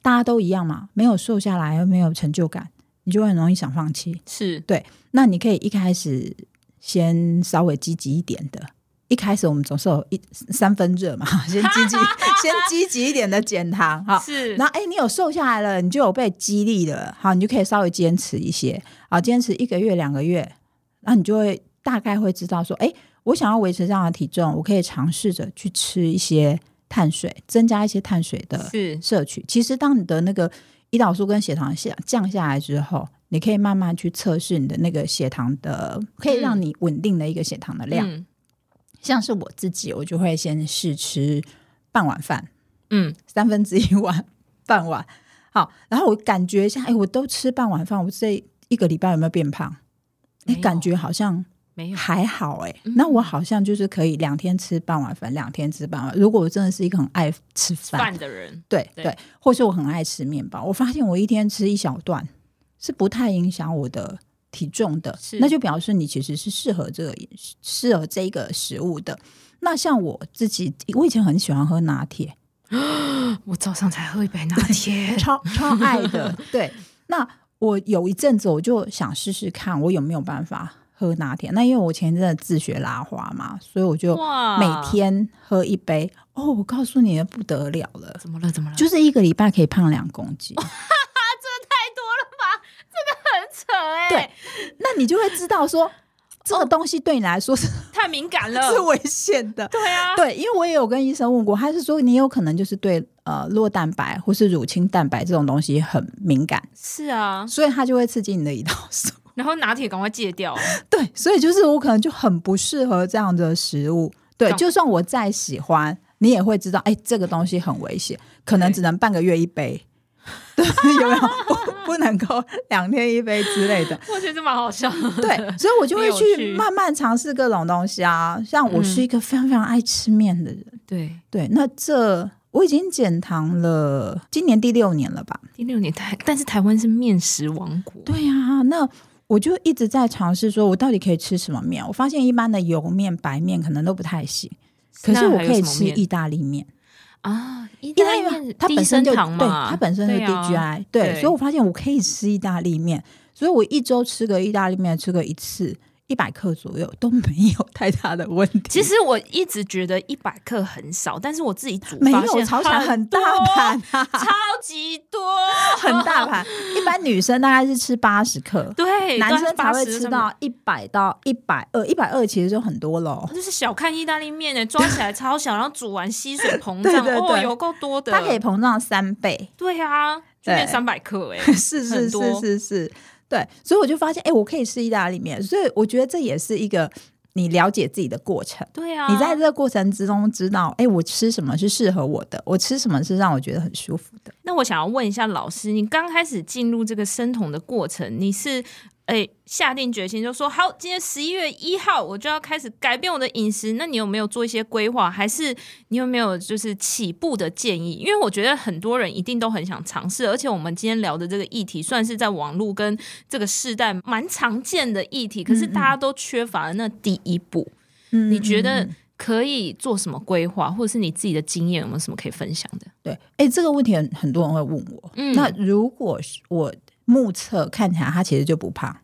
[SPEAKER 1] 大家都一样嘛，没有瘦下来又没有成就感，你就会很容易想放弃。
[SPEAKER 2] 是，
[SPEAKER 1] 那你可以一开始先稍微积极一点的。一开始我们总是有一三分热嘛， 先积极，先积极一点的减糖哈。
[SPEAKER 2] 是
[SPEAKER 1] 然后哎，你有瘦下来了，你就有被激励了，好，你就可以稍微坚持一些，好，坚持一个月、两个月，然后你就会大概会知道说，哎，我想要维持这样的体重，我可以尝试着去吃一些碳水，增加一些碳水的
[SPEAKER 2] 是
[SPEAKER 1] 摄取。其实，当你的那个胰岛素跟血糖下降下来之后，你可以慢慢去测试你的那个血糖的，可以让你稳定的一个血糖的量。
[SPEAKER 2] 嗯
[SPEAKER 1] 像是我自己，我就会先试吃半碗饭，
[SPEAKER 2] 嗯，
[SPEAKER 1] 三分之一碗半碗。好，然后我感觉一下，哎，我都吃半碗饭，我这一个礼拜有没有变胖？
[SPEAKER 2] 没
[SPEAKER 1] 哎，
[SPEAKER 2] 有
[SPEAKER 1] 感觉好像
[SPEAKER 2] 没有
[SPEAKER 1] 还好哎、
[SPEAKER 2] 嗯
[SPEAKER 1] 那我好像就是可以两天吃半碗饭，两天吃半碗。如果我真的是一个很爱吃饭，
[SPEAKER 2] 饭的人，
[SPEAKER 1] 对
[SPEAKER 2] 对
[SPEAKER 1] 对或是我很爱吃面包，我发现我一天吃一小段是不太影响我的体重的
[SPEAKER 2] 是，
[SPEAKER 1] 那就表示你其实是适合这个饮食适合这一个食物的。那像我自己，我以前很喜欢喝拿铁，
[SPEAKER 2] 我早上才喝一杯拿 铁
[SPEAKER 1] 超超爱的。对，那我有一阵子我就想试试看，我有没有办法喝拿铁。那因为我前一阵子自学拉花嘛，所以我就
[SPEAKER 2] 哇
[SPEAKER 1] 每天喝一杯。哦，我告诉你，不得了了，
[SPEAKER 2] 怎么了？怎么了？
[SPEAKER 1] 就是一个礼拜可以胖两公斤。
[SPEAKER 2] 哦太多了吧？这个很扯哎、
[SPEAKER 1] 对， 那你就会知道 说，这
[SPEAKER 2] 哦
[SPEAKER 1] 个东西对你来说是、
[SPEAKER 2] 太敏感
[SPEAKER 1] 是
[SPEAKER 2] 了。
[SPEAKER 1] 危险的。
[SPEAKER 2] 呃对啊，
[SPEAKER 1] 对，因为我也有跟医生问过，他是说你有可能就是对呃酪蛋白或是乳清蛋白这种东西很敏感，
[SPEAKER 2] 是啊，
[SPEAKER 1] 所以它就会刺激你的胰岛素。
[SPEAKER 2] 然后拿铁赶快戒 掉。
[SPEAKER 1] 对，所以就是我可能就很不适合这样的食物。对，
[SPEAKER 2] 懂
[SPEAKER 1] 就算我再喜欢，你也会知道，哎、这个东西很危险，可能
[SPEAKER 2] 对
[SPEAKER 1] 只能半个月一杯。 对，有没有不不能够两天一杯之类的？
[SPEAKER 2] 我觉得这蛮好笑的。
[SPEAKER 1] 对，所以我就会
[SPEAKER 2] 很有
[SPEAKER 1] 去
[SPEAKER 2] 趣
[SPEAKER 1] 慢慢尝试各种东西啊。像我是
[SPEAKER 2] 嗯
[SPEAKER 1] 一个非常非常爱吃面的人，
[SPEAKER 2] 对，
[SPEAKER 1] 对，那这我已经减糖了，今年第六年了吧？
[SPEAKER 2] 第六年台，但是台湾是面食王国。
[SPEAKER 1] 对呀、那我就一直在尝试说，我到底可以吃什么面？我发现一般的油面、白面可能都不太行，可是
[SPEAKER 2] 那
[SPEAKER 1] 我
[SPEAKER 2] 还
[SPEAKER 1] 可
[SPEAKER 2] 有
[SPEAKER 1] 以
[SPEAKER 2] 什么
[SPEAKER 1] 吃
[SPEAKER 2] 面
[SPEAKER 1] 意大利面，
[SPEAKER 2] 啊，意
[SPEAKER 1] 意
[SPEAKER 2] 大
[SPEAKER 1] 大
[SPEAKER 2] 利
[SPEAKER 1] 利
[SPEAKER 2] 面
[SPEAKER 1] 面它本身就
[SPEAKER 2] 低升糖
[SPEAKER 1] 对，
[SPEAKER 2] 嘛，
[SPEAKER 1] 它本身是
[SPEAKER 2] 对啊
[SPEAKER 1] DGI，对,、
[SPEAKER 2] 对
[SPEAKER 1] 所以我发现我可以吃意大利面，所以我一周吃个意大利面，吃个一次。一百克左右都没有太大的问题。
[SPEAKER 2] 其实我一直觉得一百克很少，但是我自己煮
[SPEAKER 1] 没
[SPEAKER 2] 发
[SPEAKER 1] 有
[SPEAKER 2] 现
[SPEAKER 1] 炒起来很大 盘啊，
[SPEAKER 2] 多，超级多，
[SPEAKER 1] 很大盘。一般女生大概是吃八十克，
[SPEAKER 2] 对，
[SPEAKER 1] 男生才
[SPEAKER 2] 80
[SPEAKER 1] 会吃
[SPEAKER 2] 什么。
[SPEAKER 1] 到一百到一百二，一百二其实就很多喽。
[SPEAKER 2] 就是小看意大利面 呢，抓起来超小，然后煮完吸水膨胀，
[SPEAKER 1] 对对
[SPEAKER 2] 哦，
[SPEAKER 1] 对
[SPEAKER 2] 有够多的。
[SPEAKER 1] 它可以膨胀三倍，
[SPEAKER 2] 对啊，就变
[SPEAKER 1] 对
[SPEAKER 2] 三百克哎、
[SPEAKER 1] 是是
[SPEAKER 2] 很
[SPEAKER 1] 是
[SPEAKER 2] 多
[SPEAKER 1] 是是，对。所以我就发现，哎、我可以吃意大利面，所以我觉得这也是一个你了解自己的过程。
[SPEAKER 2] 对啊，
[SPEAKER 1] 你在这个过程之中知道，哎、我吃什么是适合我的，我吃什么是让我觉得很舒服的。
[SPEAKER 2] 那我想要问一下老师，你刚开始进入这个生酮的过程，你是诶、下定决心就说好，今天十一月一号我就要开始改变我的饮食。那你有没有做一些规划，还是你有没有就是起步的建议？因为我觉得很多人一定都很想尝试，而且我们今天聊的这个议题，算是在网络跟这个世代蛮常见的议题，可是大家都缺乏了那第一步。
[SPEAKER 1] 嗯
[SPEAKER 2] 你觉得
[SPEAKER 1] 嗯嗯
[SPEAKER 2] 可以做什么规划，或者是你自己的经验有没有什么可以分享的？
[SPEAKER 1] 对？哎、这个问题很很多人会问我。
[SPEAKER 2] 嗯
[SPEAKER 1] 那如果是我目测看起来他其实就不胖，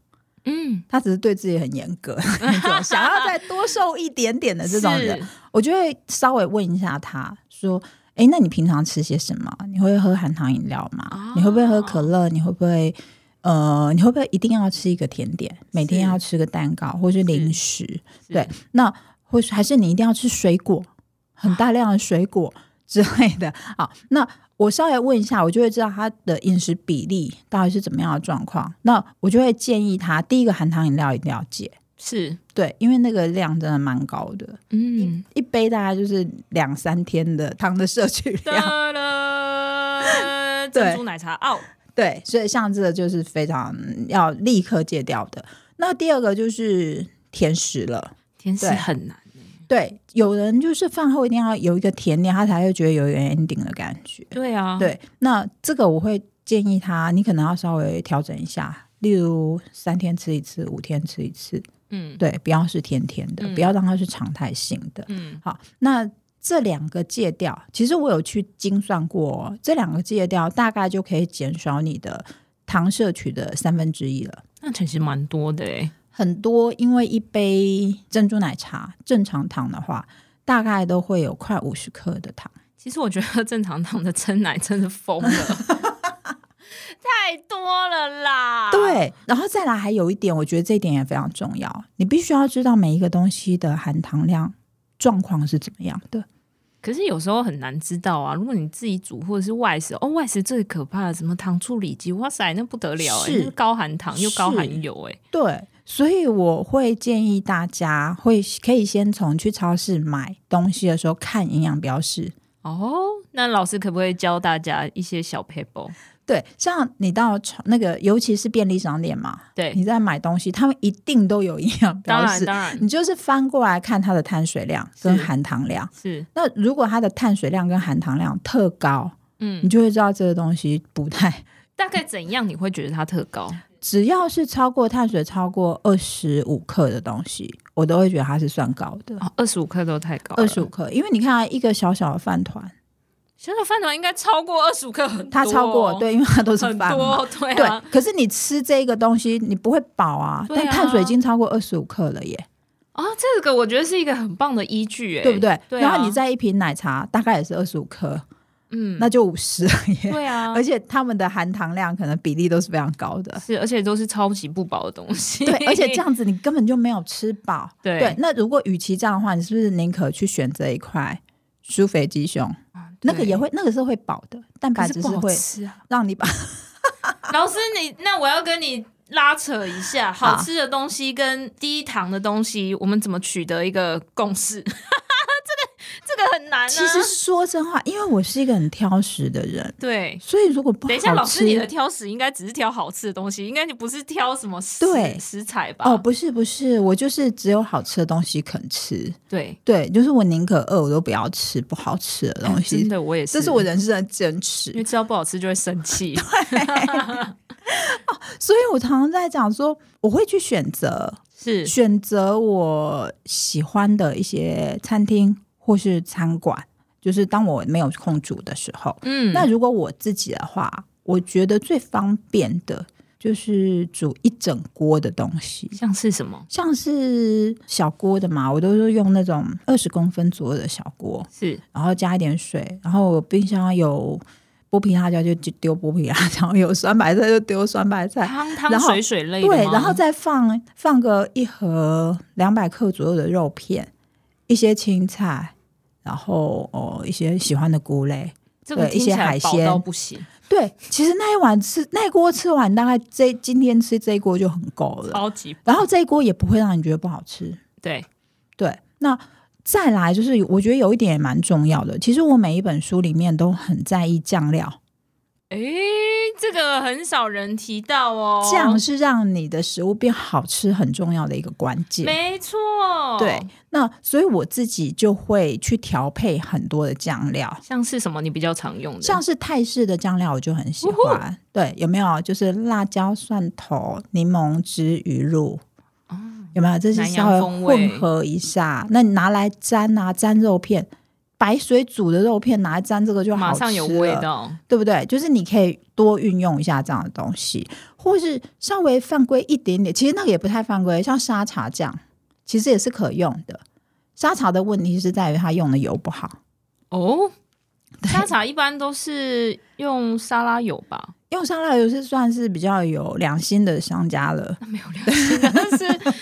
[SPEAKER 2] 嗯。
[SPEAKER 1] 他只是对自己很严 格，那种想要再多瘦一点点呃的这种人，
[SPEAKER 2] 是
[SPEAKER 1] 我就会稍微问一下他说：“哎、那你平常吃些什么？你会喝含糖饮料吗？
[SPEAKER 2] 哦
[SPEAKER 1] 你会不会喝可乐？你会不会呃，你会不会一定要吃一个甜点？每天要吃个蛋糕或是零食？
[SPEAKER 2] 是
[SPEAKER 1] 对，那或是还是你一定要吃水果，很大量的水果之类 的。好，那我稍微问一下，我就会知道他的饮食比例到底是怎么样的状况。那我就会建议他，第一个含糖饮料一定要戒，
[SPEAKER 2] 是，
[SPEAKER 1] 对，因为那个量真的蛮高的，
[SPEAKER 2] 嗯，
[SPEAKER 1] 一杯大概就是两三天的糖的摄取量。
[SPEAKER 2] 哒 啦，
[SPEAKER 1] 对
[SPEAKER 2] 珍珠奶茶哦，
[SPEAKER 1] 对，所以像这个就是非常要立刻戒掉的。那第二个就是甜食了。
[SPEAKER 2] 甜食
[SPEAKER 1] 对
[SPEAKER 2] 很难，
[SPEAKER 1] 对，有人就是饭后一定要有一个甜点，他才会觉得有一个 ending 的感觉。
[SPEAKER 2] 对啊，，
[SPEAKER 1] 对，那这个我会建议他，你可能要稍微调整一下，例如三天吃一次，五天吃一次，
[SPEAKER 2] 嗯，
[SPEAKER 1] 对，不要是天天的，
[SPEAKER 2] 嗯
[SPEAKER 1] 不要让它是常态性的。
[SPEAKER 2] 嗯，
[SPEAKER 1] 好，那这两个戒掉，其实我有去精算过哦、这两个戒掉大概就可以减少你的糖摄取的三分之一了。
[SPEAKER 2] 那其实蛮多的哎，
[SPEAKER 1] 很多因为一杯珍珠奶茶正常糖的话，大概都会有快五十克的糖。
[SPEAKER 2] 其实我觉得正常糖的真奶真是疯了， 太多了啦，，
[SPEAKER 1] 对，然后再来还有一点，我觉得这一点也非常重要，你必须要知道每一个东西的含糖量状况是怎么样的。
[SPEAKER 2] 可是有时候很难知道啊，如果你自己煮或者是外食，哦，外食最可怕的什么糖醋里脊，哇塞，那不得了哎，
[SPEAKER 1] 是
[SPEAKER 2] 那是高含糖又高含油哎，
[SPEAKER 1] 对，所以我会建议大家会可以先从去超市买东西的时候看营养标示。
[SPEAKER 2] 哦，那老师可不可以教大家一些小 paper？
[SPEAKER 1] 对，像你到超那个，尤其是便利商店嘛，
[SPEAKER 2] 对，
[SPEAKER 1] 你在买东西，他们一定都有营养
[SPEAKER 2] 当
[SPEAKER 1] 标
[SPEAKER 2] 然
[SPEAKER 1] 示，
[SPEAKER 2] 当然
[SPEAKER 1] 你就是翻过来看它的碳水量跟
[SPEAKER 2] 是
[SPEAKER 1] 含糖量。
[SPEAKER 2] 是，
[SPEAKER 1] 那如果它的碳水量跟含糖量特高，
[SPEAKER 2] 嗯
[SPEAKER 1] 你。就会知道这个东西不太。
[SPEAKER 2] 大概怎样你会觉得它特高？
[SPEAKER 1] 只要是超过碳水超过二十五克的东西，我都会觉得它是算高的。
[SPEAKER 2] 哦，二十五克都太高了，
[SPEAKER 1] 二十五克，因为你看、啊、一个小小的饭团，
[SPEAKER 2] 小小饭团应该超过二十五克，很多哦
[SPEAKER 1] 它超过，对，因为它都是
[SPEAKER 2] 很
[SPEAKER 1] 饭嘛。
[SPEAKER 2] 多，对
[SPEAKER 1] 对
[SPEAKER 2] 啊，，
[SPEAKER 1] 可是你吃这个东西，你不会饱啊，
[SPEAKER 2] 对啊
[SPEAKER 1] 但碳水已经超过二十五克了耶，
[SPEAKER 2] 啊，这个我觉得是一个很棒的依据，哎，
[SPEAKER 1] 对不？对？
[SPEAKER 2] 对啊
[SPEAKER 1] 然后你再一瓶奶茶，大概也是二十五克，
[SPEAKER 2] 嗯，
[SPEAKER 1] 那就五十耶。
[SPEAKER 2] 对啊，，
[SPEAKER 1] 而且他们的含糖量可能比例都是非常高的
[SPEAKER 2] 是，而且都是超级不饱的东西，
[SPEAKER 1] 对，而且这样子你根本就没有吃饱。
[SPEAKER 2] 对
[SPEAKER 1] 对，那如果与其这样的话，你是不是宁可去选择一块酥肥鸡胸？
[SPEAKER 2] 啊
[SPEAKER 1] 那个
[SPEAKER 2] 对
[SPEAKER 1] 也会，那个是会饱的，蛋白
[SPEAKER 2] 可是
[SPEAKER 1] 质
[SPEAKER 2] 不
[SPEAKER 1] 是
[SPEAKER 2] 好
[SPEAKER 1] 会
[SPEAKER 2] 吃啊。
[SPEAKER 1] 让你饱。
[SPEAKER 2] 老师你，那我要跟你拉扯一下，
[SPEAKER 1] 好
[SPEAKER 2] 好吃的东西跟低糖的东西，我们怎么取得一个共识？ 这个这个很难啊。
[SPEAKER 1] 其实说真话，因为我是一个很挑食的人，
[SPEAKER 2] 对，
[SPEAKER 1] 所以如果不好吃，
[SPEAKER 2] 等一下，老师，你的挑食应该只是挑好吃的东西，应该你不是挑什么食
[SPEAKER 1] 对
[SPEAKER 2] 食材吧？
[SPEAKER 1] 哦，不是不是，我就是只有好吃的东西肯吃，
[SPEAKER 2] 对，
[SPEAKER 1] 对，就是我宁可饿，我都不要吃不好吃的东
[SPEAKER 2] 真
[SPEAKER 1] 西。
[SPEAKER 2] 的，我也是，
[SPEAKER 1] 这是我人生的坚持
[SPEAKER 2] 因，为吃到不好吃就会 生气。
[SPEAKER 1] 所以我常常在讲说，我会去选择
[SPEAKER 2] 是
[SPEAKER 1] 选择我喜欢的一些餐厅或是餐馆，就是当我没有空煮的时候。
[SPEAKER 2] 嗯，
[SPEAKER 1] 那如果我自己的话，我觉得最方便的就是煮一整锅的东西。
[SPEAKER 2] 像是什么？
[SPEAKER 1] 像是小锅的嘛，我都是用那种二十公分左右的小锅，
[SPEAKER 2] 是
[SPEAKER 1] 然后加一点水，然后我冰箱有剥皮辣椒就就丢剥皮辣椒，有酸白菜就丢酸白菜，
[SPEAKER 2] 汤汤
[SPEAKER 1] 然后
[SPEAKER 2] 水水类的
[SPEAKER 1] 对，
[SPEAKER 2] 吗
[SPEAKER 1] 然后再放放个一盒两百克左右的肉片，一些青菜，然后哦一些喜欢的菇类。
[SPEAKER 2] 这个
[SPEAKER 1] 对一
[SPEAKER 2] 听
[SPEAKER 1] 些
[SPEAKER 2] 起来
[SPEAKER 1] 海
[SPEAKER 2] 饱
[SPEAKER 1] 鲜
[SPEAKER 2] 到不行，
[SPEAKER 1] 对，其实那一碗吃那一锅吃完，大概这今天吃这一锅就很够了，
[SPEAKER 2] 超级
[SPEAKER 1] 然后这一锅也不会让你觉得不好吃。
[SPEAKER 2] 对，
[SPEAKER 1] 对，那再来就是我觉得有一点也蛮重要的，其实我每一本书里面都很在意酱料，
[SPEAKER 2] 诶，这个很少人提到哦。
[SPEAKER 1] 酱是让你的食物变好吃很重要的一个关键。
[SPEAKER 2] 没错，
[SPEAKER 1] 对，，那所以我自己就会去调配很多的酱料，
[SPEAKER 2] 像是什么你比较常用的？
[SPEAKER 1] 像是泰式的酱料我就很喜
[SPEAKER 2] 呜呼
[SPEAKER 1] 欢。对，有没有就是辣椒、蒜头、柠檬汁、鱼露？有没有？这是
[SPEAKER 2] 哦南洋
[SPEAKER 1] 稍微
[SPEAKER 2] 风味
[SPEAKER 1] 混合一下，那你拿来沾啊，沾肉片，白水煮的肉片拿来沾这个就好
[SPEAKER 2] 马
[SPEAKER 1] 吃了
[SPEAKER 2] 上有味道，
[SPEAKER 1] 对不对？就是你可以多运用一下这样的东西，或是稍微犯规一点点，其实那个也不太犯规，像沙茶酱，其实也是可用的。沙茶的问题是在于它用的油不好，
[SPEAKER 2] 哦。
[SPEAKER 1] 对
[SPEAKER 2] 沙茶一般都是用沙拉油吧？
[SPEAKER 1] 用沙拉油是算是比较有良心的商家了，
[SPEAKER 2] 那 没有良心，但是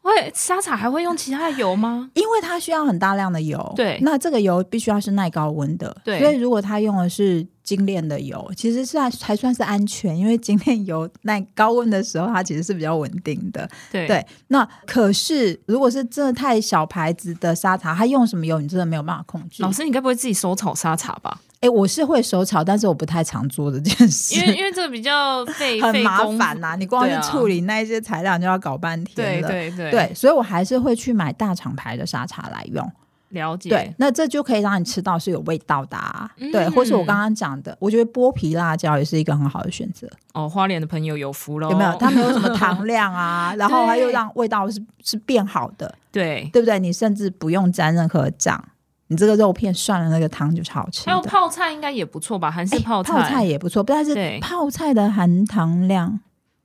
[SPEAKER 2] 会沙茶还会用其他的油吗？
[SPEAKER 1] 因为它需要很大量的油，
[SPEAKER 2] 对
[SPEAKER 1] 那这个油必须要是耐高温的，
[SPEAKER 2] 对
[SPEAKER 1] 所以如果它用的是精炼的油，其实是还还算是安全，因为精炼油耐高温的时候，它其实是比较稳定的，
[SPEAKER 2] 对
[SPEAKER 1] 对，那可是如果是真的太小牌子的沙茶，它用什么油你真的没有办法控制
[SPEAKER 2] 老。师，你该不会自己手炒沙茶吧？
[SPEAKER 1] 哎，我是会手炒，但是我不太常做这件事
[SPEAKER 2] 因，为因为这个比较 费
[SPEAKER 1] 很
[SPEAKER 2] 费
[SPEAKER 1] 麻
[SPEAKER 2] 工
[SPEAKER 1] 烦呐、你光
[SPEAKER 2] 对
[SPEAKER 1] 是
[SPEAKER 2] 啊
[SPEAKER 1] 处理那一些材料你就要搞半天
[SPEAKER 2] 对
[SPEAKER 1] 了。
[SPEAKER 2] 对对，
[SPEAKER 1] 对所以我还是会去买大厂牌的沙茶来用。
[SPEAKER 2] 了解。
[SPEAKER 1] 对，那这就可以让你吃到是有味道的、啊。
[SPEAKER 2] 嗯
[SPEAKER 1] 对，或是我刚刚讲的，我觉得剥皮辣椒也是一个很好的选择，
[SPEAKER 2] 哦，花莲的朋友有福喽，
[SPEAKER 1] 有没有？它没有什么糖量 啊，然后它又
[SPEAKER 2] 哦对
[SPEAKER 1] 让味道是是变好的。
[SPEAKER 2] 对，
[SPEAKER 1] 对不对？你甚至不用沾任何酱，你这个肉片涮了那个汤就是好吃
[SPEAKER 2] 还有
[SPEAKER 1] 的。
[SPEAKER 2] 泡菜应该也不错吧？韩式
[SPEAKER 1] 哎
[SPEAKER 2] 泡
[SPEAKER 1] 泡菜也不错，但是
[SPEAKER 2] 对
[SPEAKER 1] 泡菜的含糖量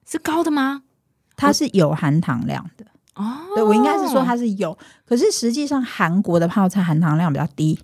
[SPEAKER 2] 是高的吗？
[SPEAKER 1] 它是有含糖量的。
[SPEAKER 2] 哦，
[SPEAKER 1] 对我应该是说它是有，可是实际上韩国的泡菜含糖量比较低，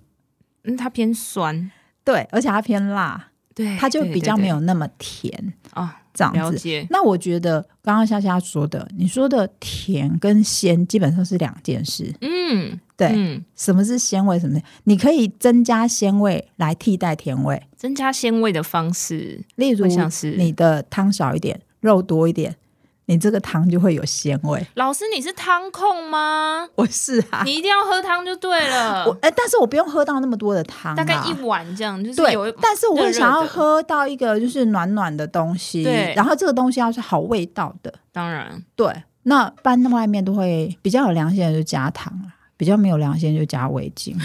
[SPEAKER 2] 嗯，它偏酸，
[SPEAKER 1] 对，而且它偏辣，
[SPEAKER 2] 对，
[SPEAKER 1] 它就
[SPEAKER 2] 哎对
[SPEAKER 1] 比较没有那么甜，
[SPEAKER 2] 对对啊，
[SPEAKER 1] 这样
[SPEAKER 2] 了
[SPEAKER 1] 子。
[SPEAKER 2] 解，
[SPEAKER 1] 那我觉得刚刚夏夏说的，你说的甜跟鲜基本上是两件事。
[SPEAKER 2] 嗯，
[SPEAKER 1] 对，
[SPEAKER 2] 嗯，
[SPEAKER 1] 什么是鲜味？什么是？你可以增加鲜味来替代甜味。
[SPEAKER 2] 增加鲜味的方式
[SPEAKER 1] 例如
[SPEAKER 2] 会像是
[SPEAKER 1] 你的汤少一点，肉多一点，你这个汤就会有鲜 味。
[SPEAKER 2] 老师，你是汤控吗？
[SPEAKER 1] 我是啊，
[SPEAKER 2] 你一定要喝汤就对
[SPEAKER 1] 我
[SPEAKER 2] 了，
[SPEAKER 1] 哎、但是我不用喝到那么多的汤、啊，
[SPEAKER 2] 大概一碗这样，就是有
[SPEAKER 1] 对，但是我
[SPEAKER 2] 热
[SPEAKER 1] 会
[SPEAKER 2] 热
[SPEAKER 1] 想要
[SPEAKER 2] 的
[SPEAKER 1] 喝到一个就是暖暖的东西，
[SPEAKER 2] 对
[SPEAKER 1] 然后这个东西要是好味道的，
[SPEAKER 2] 当然
[SPEAKER 1] 对，那搬到外面都会比较有良心的就加糖啊。比较没有良心就加味精，
[SPEAKER 2] 啊，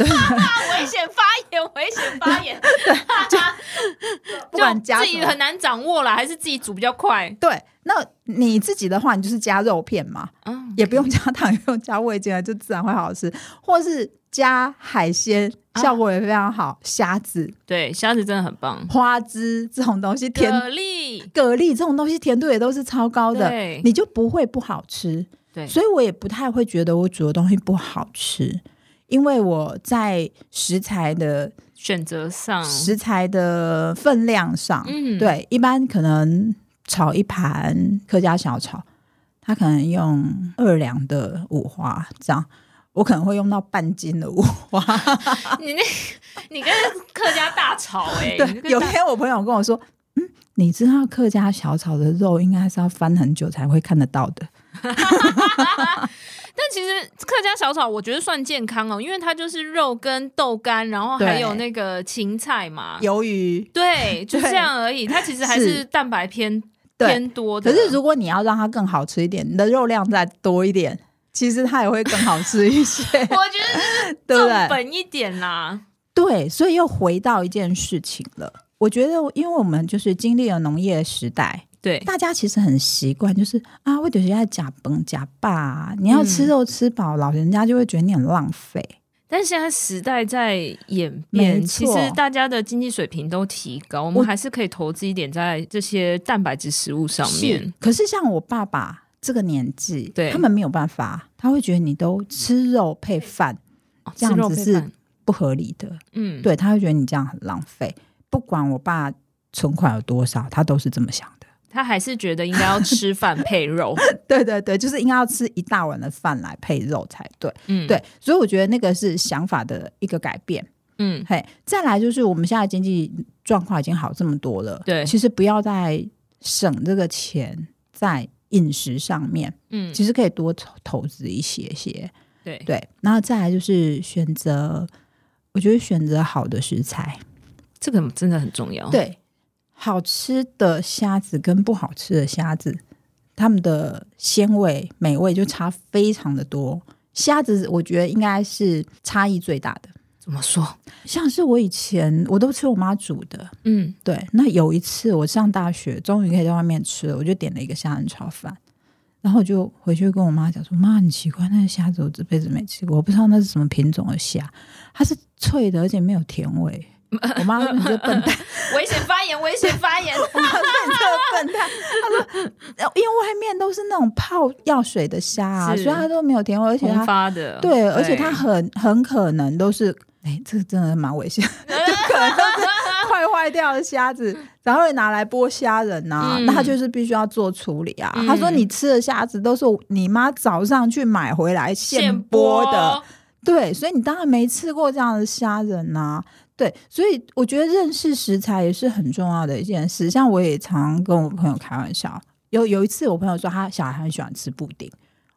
[SPEAKER 2] 危险发言，危险发言，
[SPEAKER 1] 不不管加
[SPEAKER 2] 自
[SPEAKER 1] 什
[SPEAKER 2] 己
[SPEAKER 1] 么
[SPEAKER 2] 很难掌握啦，还是自己煮比较快。
[SPEAKER 1] 对，那你自己的话，你就是加肉片嘛，
[SPEAKER 2] 嗯，
[SPEAKER 1] 也不用加糖，也不用加味精了，就自然会好吃。或是加海鲜，
[SPEAKER 2] 啊
[SPEAKER 1] 效果也非常好，虾子、
[SPEAKER 2] 对，虾子真的很棒。
[SPEAKER 1] 花枝这种东西，甜
[SPEAKER 2] 蛤蜊，
[SPEAKER 1] 蛤蜊这种东西甜度也都是超高的，
[SPEAKER 2] 对，
[SPEAKER 1] 你就不会不好吃。
[SPEAKER 2] 对
[SPEAKER 1] 所以我也不太会觉得我煮的东西不好吃，因为我在食材的
[SPEAKER 2] 选择上，
[SPEAKER 1] 食材的分量上，
[SPEAKER 2] 嗯，
[SPEAKER 1] 对，一般可能炒一盘客家小炒，它可能用二两的五花这样。我可能会用到半斤的五
[SPEAKER 2] 哎
[SPEAKER 1] 花。
[SPEAKER 2] 你那， 你跟客家大吵哎、你
[SPEAKER 1] 啊 对
[SPEAKER 2] 跟，
[SPEAKER 1] 有
[SPEAKER 2] 大
[SPEAKER 1] 天我朋友跟我说：“嗯，你知道客家小炒的肉应该是要翻很久才会看得到的。
[SPEAKER 2] 但其实客家小炒我觉得算健康哦，因为它就是肉跟豆干，然后还
[SPEAKER 1] 对
[SPEAKER 2] 有那个芹菜嘛”，
[SPEAKER 1] 鱿鱼，
[SPEAKER 2] 对，就
[SPEAKER 1] 对
[SPEAKER 2] 这样而已。它其实还
[SPEAKER 1] 是
[SPEAKER 2] 是蛋白偏
[SPEAKER 1] 对。
[SPEAKER 2] 偏多的。
[SPEAKER 1] 可是如果你要让它更好吃一点，你的肉量再多一点，其实它也会更好吃一 些，
[SPEAKER 2] 我觉得
[SPEAKER 1] 对不对？
[SPEAKER 2] 重本一点啦，
[SPEAKER 1] 对，所以又回到一件事情了。我觉得，因为我们就是经历了农业时代，
[SPEAKER 2] 对
[SPEAKER 1] 大家其实很习惯，就是啊，我就是要假崩假霸，你要吃
[SPEAKER 2] 嗯
[SPEAKER 1] 肉吃饱，老人家就会觉得你很浪费。
[SPEAKER 2] 但现在时代在演变，
[SPEAKER 1] 没
[SPEAKER 2] 其
[SPEAKER 1] 错
[SPEAKER 2] 实大家的经济水平都提高，我们
[SPEAKER 1] 我
[SPEAKER 2] 还是可以投资一点在这些蛋白质食物上面。
[SPEAKER 1] 可是像我爸爸这个年纪，
[SPEAKER 2] 对嗯
[SPEAKER 1] 他们没有办法，他会觉得你都吃肉配饭
[SPEAKER 2] 哦
[SPEAKER 1] 这
[SPEAKER 2] 吃肉
[SPEAKER 1] 样子
[SPEAKER 2] 配
[SPEAKER 1] 是
[SPEAKER 2] 饭
[SPEAKER 1] 不合理的，
[SPEAKER 2] 嗯，
[SPEAKER 1] 对，他会觉得你这样很浪费。不管我爸存款有多少，他都是这么想的。
[SPEAKER 2] 他还是觉得应该要吃饭配肉。
[SPEAKER 1] 对对对，就是应该要吃一大碗的饭来配肉才对。
[SPEAKER 2] 嗯，，
[SPEAKER 1] 对，所以我觉得那个是想法的一个改变。
[SPEAKER 2] 嗯，
[SPEAKER 1] 嘿，再来就是我们现在经济状况已经好这么多了，
[SPEAKER 2] 对
[SPEAKER 1] 其实不要再省这个钱在饮食上面，
[SPEAKER 2] 嗯，
[SPEAKER 1] 其实可以多投投资一些些。
[SPEAKER 2] 对，
[SPEAKER 1] 对，然后再来就是选择，我觉得选择好的食材，
[SPEAKER 2] 这个真的很重要。
[SPEAKER 1] 对，好吃的虾子跟不好吃的虾子，它们的鲜味、美味就差非常的多。虾子我觉得应该是差异最大的，
[SPEAKER 2] 怎么说？
[SPEAKER 1] 像是我以前我都吃我妈煮的，
[SPEAKER 2] 嗯，
[SPEAKER 1] 对，那有一次我上大学，终于可以在外面吃了，我就点了一个虾仁炒饭，然后我就回去跟我妈讲说：“妈，很奇怪，那个虾子我这辈子没吃过，我不知道那是什么品种的虾，它是脆的，而且没有甜味。”我妈说：“你这笨蛋！”
[SPEAKER 2] 危险发言，危险发言。
[SPEAKER 1] 我妈说：“你这个笨蛋！”她说：“因为外面都是那种泡药水的虾啊，
[SPEAKER 2] 是
[SPEAKER 1] 所以它都没有甜味，而且它
[SPEAKER 2] 红发的，
[SPEAKER 1] 对，而且它很很可能都是，哎，这个真的蛮危 险，就可能都是快坏掉的虾子，然后拿来剥虾仁呐、
[SPEAKER 2] 嗯
[SPEAKER 1] 那他就是必须要做处理啊。
[SPEAKER 2] 嗯
[SPEAKER 1] 他说你吃的虾子都是你妈早上去买回来现
[SPEAKER 2] 现
[SPEAKER 1] 剥的，，对，所以你当然没吃过这样的虾仁呐、对，所以我觉得认识食材也是很重要的一件事。像我也常跟我朋友开玩笑，有有一次我朋友说他小孩很喜欢吃布丁，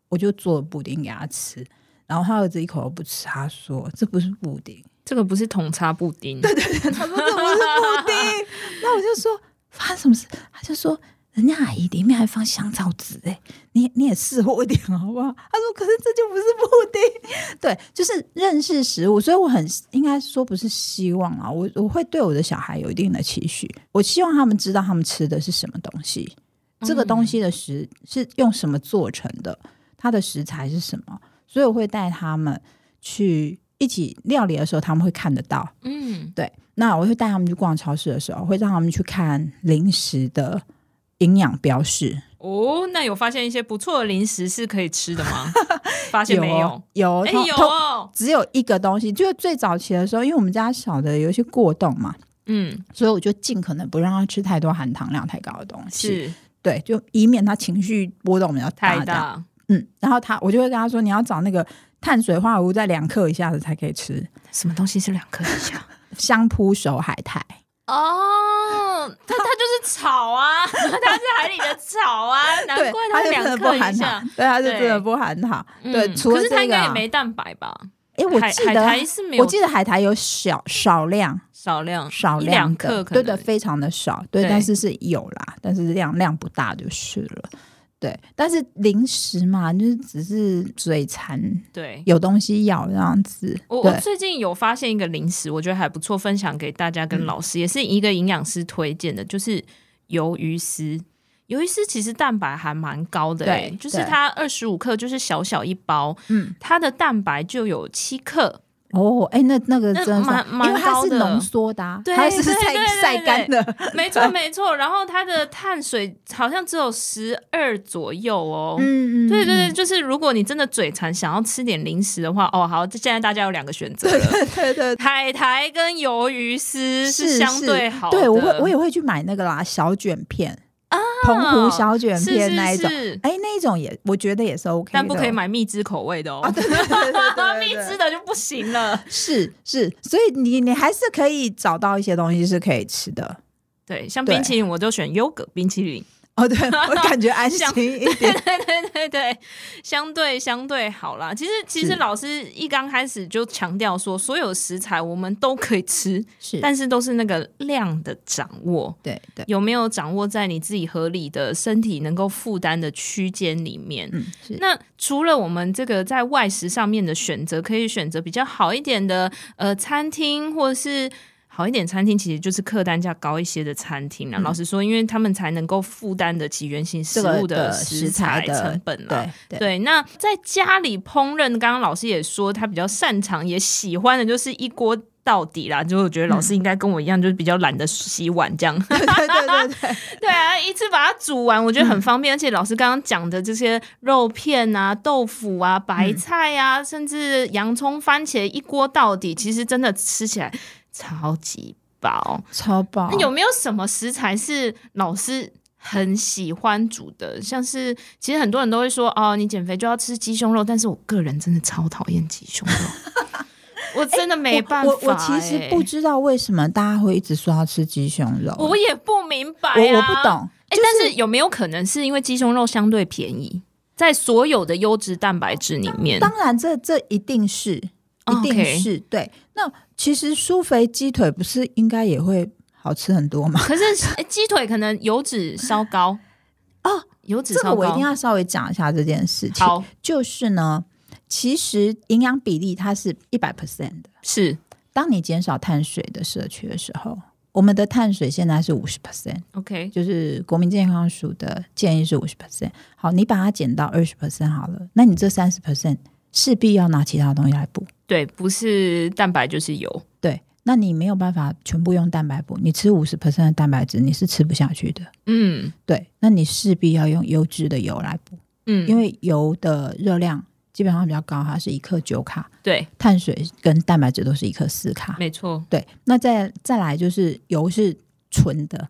[SPEAKER 1] 我就做了布丁给他吃，然后他儿子一口都不吃，他说这不是布丁，
[SPEAKER 2] 这个不是铜叉布丁，对对，
[SPEAKER 1] 他说这不是布丁，那我就说发生什么事？他就说人家阿姨里面还放香皂纸哎、你你也试货一点好不好？他说可是这就不是布丁，对，就是认识食物，所以我很应该说不是希望啊，我我会对我的小孩有一定的期许，我希望他们知道他们吃的是什么东西，这个东西的食是用什么做成的，它的食材是什么，所以我会带他们去一起料理的时候，他们会看得到。
[SPEAKER 2] 嗯，
[SPEAKER 1] 对，那我会带他们去逛超市的时候，会让他们去看零食的营养标示。
[SPEAKER 2] 哦，那有发现一些不错的零食是可以吃的 吗？发现没
[SPEAKER 1] 哦？有，
[SPEAKER 2] 哎，
[SPEAKER 1] 通
[SPEAKER 2] 有
[SPEAKER 1] 通
[SPEAKER 2] 哦，
[SPEAKER 1] 只有一个东西，就是最早期的时候，因为我们家小的有一些过动嘛，
[SPEAKER 2] 嗯，
[SPEAKER 1] 所以我就尽可能不让他吃太多含糖量太高的东西，
[SPEAKER 2] 是
[SPEAKER 1] 对，就以免他情绪波动比较大。
[SPEAKER 2] 太。大，
[SPEAKER 1] 嗯，然后他我就会跟他说，你要找那个碳水化合物在两克以下的才可以吃，
[SPEAKER 2] 什么东西是两颗以下？
[SPEAKER 1] 香扑熟海苔。
[SPEAKER 2] 哦，它它就是草啊， 它是海里的草啊，难
[SPEAKER 1] 对
[SPEAKER 2] 怪，
[SPEAKER 1] 他
[SPEAKER 2] 它
[SPEAKER 1] 就真
[SPEAKER 2] 两
[SPEAKER 1] 的不
[SPEAKER 2] 颗
[SPEAKER 1] 含
[SPEAKER 2] 以下
[SPEAKER 1] 糖。，对，他就
[SPEAKER 2] 对
[SPEAKER 1] 真的不含糖。对
[SPEAKER 2] 嗯
[SPEAKER 1] 除了
[SPEAKER 2] 可是它
[SPEAKER 1] 这
[SPEAKER 2] 应该
[SPEAKER 1] 个
[SPEAKER 2] 也
[SPEAKER 1] 啊
[SPEAKER 2] 没蛋白吧？
[SPEAKER 1] 哎，我
[SPEAKER 2] 海
[SPEAKER 1] 记
[SPEAKER 2] 海
[SPEAKER 1] 得
[SPEAKER 2] 苔是没有
[SPEAKER 1] 我记得海苔有少少量
[SPEAKER 2] 少量
[SPEAKER 1] 少
[SPEAKER 2] 一
[SPEAKER 1] 量
[SPEAKER 2] 两
[SPEAKER 1] 的
[SPEAKER 2] 克可
[SPEAKER 1] 对
[SPEAKER 2] 能，
[SPEAKER 1] 的，非常的少，对，
[SPEAKER 2] 对
[SPEAKER 1] 但是是有啦，但是量量不大就是了。对，但是零食嘛，就是只是嘴馋，
[SPEAKER 2] 对，
[SPEAKER 1] 有东西咬这样子。
[SPEAKER 2] 我我
[SPEAKER 1] 对，
[SPEAKER 2] 最近有发现一个零食，我觉得还不错，分享给大家
[SPEAKER 1] 嗯
[SPEAKER 2] 跟老师，也是一个营养师推荐的，就是鱿鱼丝。鱿鱼丝其实蛋白还蛮高的、欸，
[SPEAKER 1] 对
[SPEAKER 2] 就是
[SPEAKER 1] 对
[SPEAKER 2] 它二十五克，就是小小一包，
[SPEAKER 1] 嗯，
[SPEAKER 2] 它的蛋白就有七 克，
[SPEAKER 1] 哦，哎、那那个
[SPEAKER 2] 那
[SPEAKER 1] 真的是
[SPEAKER 2] 蛮蛮
[SPEAKER 1] 因为它
[SPEAKER 2] 高
[SPEAKER 1] 是
[SPEAKER 2] 的
[SPEAKER 1] 浓缩的、啊，
[SPEAKER 2] 对
[SPEAKER 1] 它是
[SPEAKER 2] 对
[SPEAKER 1] 晒
[SPEAKER 2] 对对
[SPEAKER 1] 晒
[SPEAKER 2] 对
[SPEAKER 1] 干 的，
[SPEAKER 2] 没错没错。然后它的碳水好像只有十二左右哦。
[SPEAKER 1] 嗯嗯，
[SPEAKER 2] 对对
[SPEAKER 1] 嗯
[SPEAKER 2] 对，就是如果你真的嘴馋，想要吃点零食的话，哦，好，现在大家有两个选择了，
[SPEAKER 1] 对对
[SPEAKER 2] 海苔跟鱿鱼丝
[SPEAKER 1] 是
[SPEAKER 2] 相对好的。啊
[SPEAKER 1] 对我会我也会去买那个啦，小卷片澎湖小卷片那一种
[SPEAKER 2] 是，是是
[SPEAKER 1] 哎、那一种也我觉得也是 OK，
[SPEAKER 2] 但不
[SPEAKER 1] 的
[SPEAKER 2] 可以买蜜汁口味的哦
[SPEAKER 1] 啊，， 对对对对对对
[SPEAKER 2] 蜜
[SPEAKER 1] 对
[SPEAKER 2] 汁的就不行了。
[SPEAKER 1] 是是，所以你你还是可以找到一些东西是可以吃的。
[SPEAKER 2] 对，像
[SPEAKER 1] 对
[SPEAKER 2] 冰淇淋我就选优格冰淇淋，
[SPEAKER 1] 哦，对，我感觉安心一点。
[SPEAKER 2] 对对对对，相对相对好啦。其实其实
[SPEAKER 1] 是
[SPEAKER 2] 老师一刚开始就强调说，所有食材我们都可以吃，
[SPEAKER 1] 是
[SPEAKER 2] 但是都是那个量的掌握。
[SPEAKER 1] 对对，
[SPEAKER 2] 有没有掌握在你自己合理的身体能够负担的区间里面？
[SPEAKER 1] 嗯，是
[SPEAKER 2] 那除了我们这个在外食上面的选择，可以选择比较好一点的呃餐厅，或是好一点餐厅，其实就是客单价高一些的餐厅啦。老实说，因为他们才能够负担得起原型食
[SPEAKER 1] 嗯这个
[SPEAKER 2] 物
[SPEAKER 1] 的
[SPEAKER 2] 食
[SPEAKER 1] 材的
[SPEAKER 2] 成本啦。
[SPEAKER 1] 对对
[SPEAKER 2] 对，那在家里烹饪，刚刚老师也说他比较擅长，也喜欢的就是一锅到底啦。就是我觉得老
[SPEAKER 1] 嗯
[SPEAKER 2] 师应该跟我一样，就是比较懒得洗碗 这样。
[SPEAKER 1] 对对对对，
[SPEAKER 2] 对啊，一次把它煮完，我觉得很方便。而且老师刚刚讲的这些肉片啊、豆腐啊、白菜啊，甚至洋葱、番茄一锅到底，其实真的吃起来超级饱。
[SPEAKER 1] 超棒
[SPEAKER 2] 那。有没有什么食材是老师很喜欢煮的？像是其实很多人都会说哦，你减肥就要吃鸡胸肉，但是我个人真的超讨厌鸡胸肉，我真的没办法、
[SPEAKER 1] 我我我其实
[SPEAKER 2] 欸
[SPEAKER 1] 不，知道为什么大家会一直说要吃鸡胸肉，
[SPEAKER 2] 我也不明白、啊，
[SPEAKER 1] 我我不懂。
[SPEAKER 2] 哎、但是有没有可能是因为鸡胸肉相对便宜，在所有的优质蛋白质里面？
[SPEAKER 1] 当然这，这一定是，
[SPEAKER 2] 哦
[SPEAKER 1] 一定
[SPEAKER 2] OK
[SPEAKER 1] 是对。那其实苏肥鸡腿不是应该也会好吃很多吗？
[SPEAKER 2] 可是哎鸡、腿可能油脂稍高
[SPEAKER 1] 哦，
[SPEAKER 2] 油脂
[SPEAKER 1] 这个
[SPEAKER 2] 稍
[SPEAKER 1] 我一
[SPEAKER 2] 高。
[SPEAKER 1] 定要稍微讲一下这件事情。
[SPEAKER 2] 好
[SPEAKER 1] 就是呢，其实营养比例它是一百 percent 的。
[SPEAKER 2] 是
[SPEAKER 1] 当你减少碳水的摄取的时候，我们的碳水现在是五十 percent，
[SPEAKER 2] OK，
[SPEAKER 1] 就是国民健康署的建议是五十 percent。好，你把它减到二十 percent 好了，那你这三十 percent 势必要拿其他东西来补。
[SPEAKER 2] 对，不是蛋白就是油。
[SPEAKER 1] 对，那你没有办法全部用蛋白补，你吃五十 percent 的蛋白质你是吃不下去的。
[SPEAKER 2] 嗯
[SPEAKER 1] 对，那你势必要用优质的油来补。
[SPEAKER 2] 嗯，
[SPEAKER 1] 因为油的热量基本上比较高，它是一克九卡，
[SPEAKER 2] 对，
[SPEAKER 1] 碳水跟蛋白质都是一克四卡。
[SPEAKER 2] 没错，
[SPEAKER 1] 对，那再再来就是油是纯的，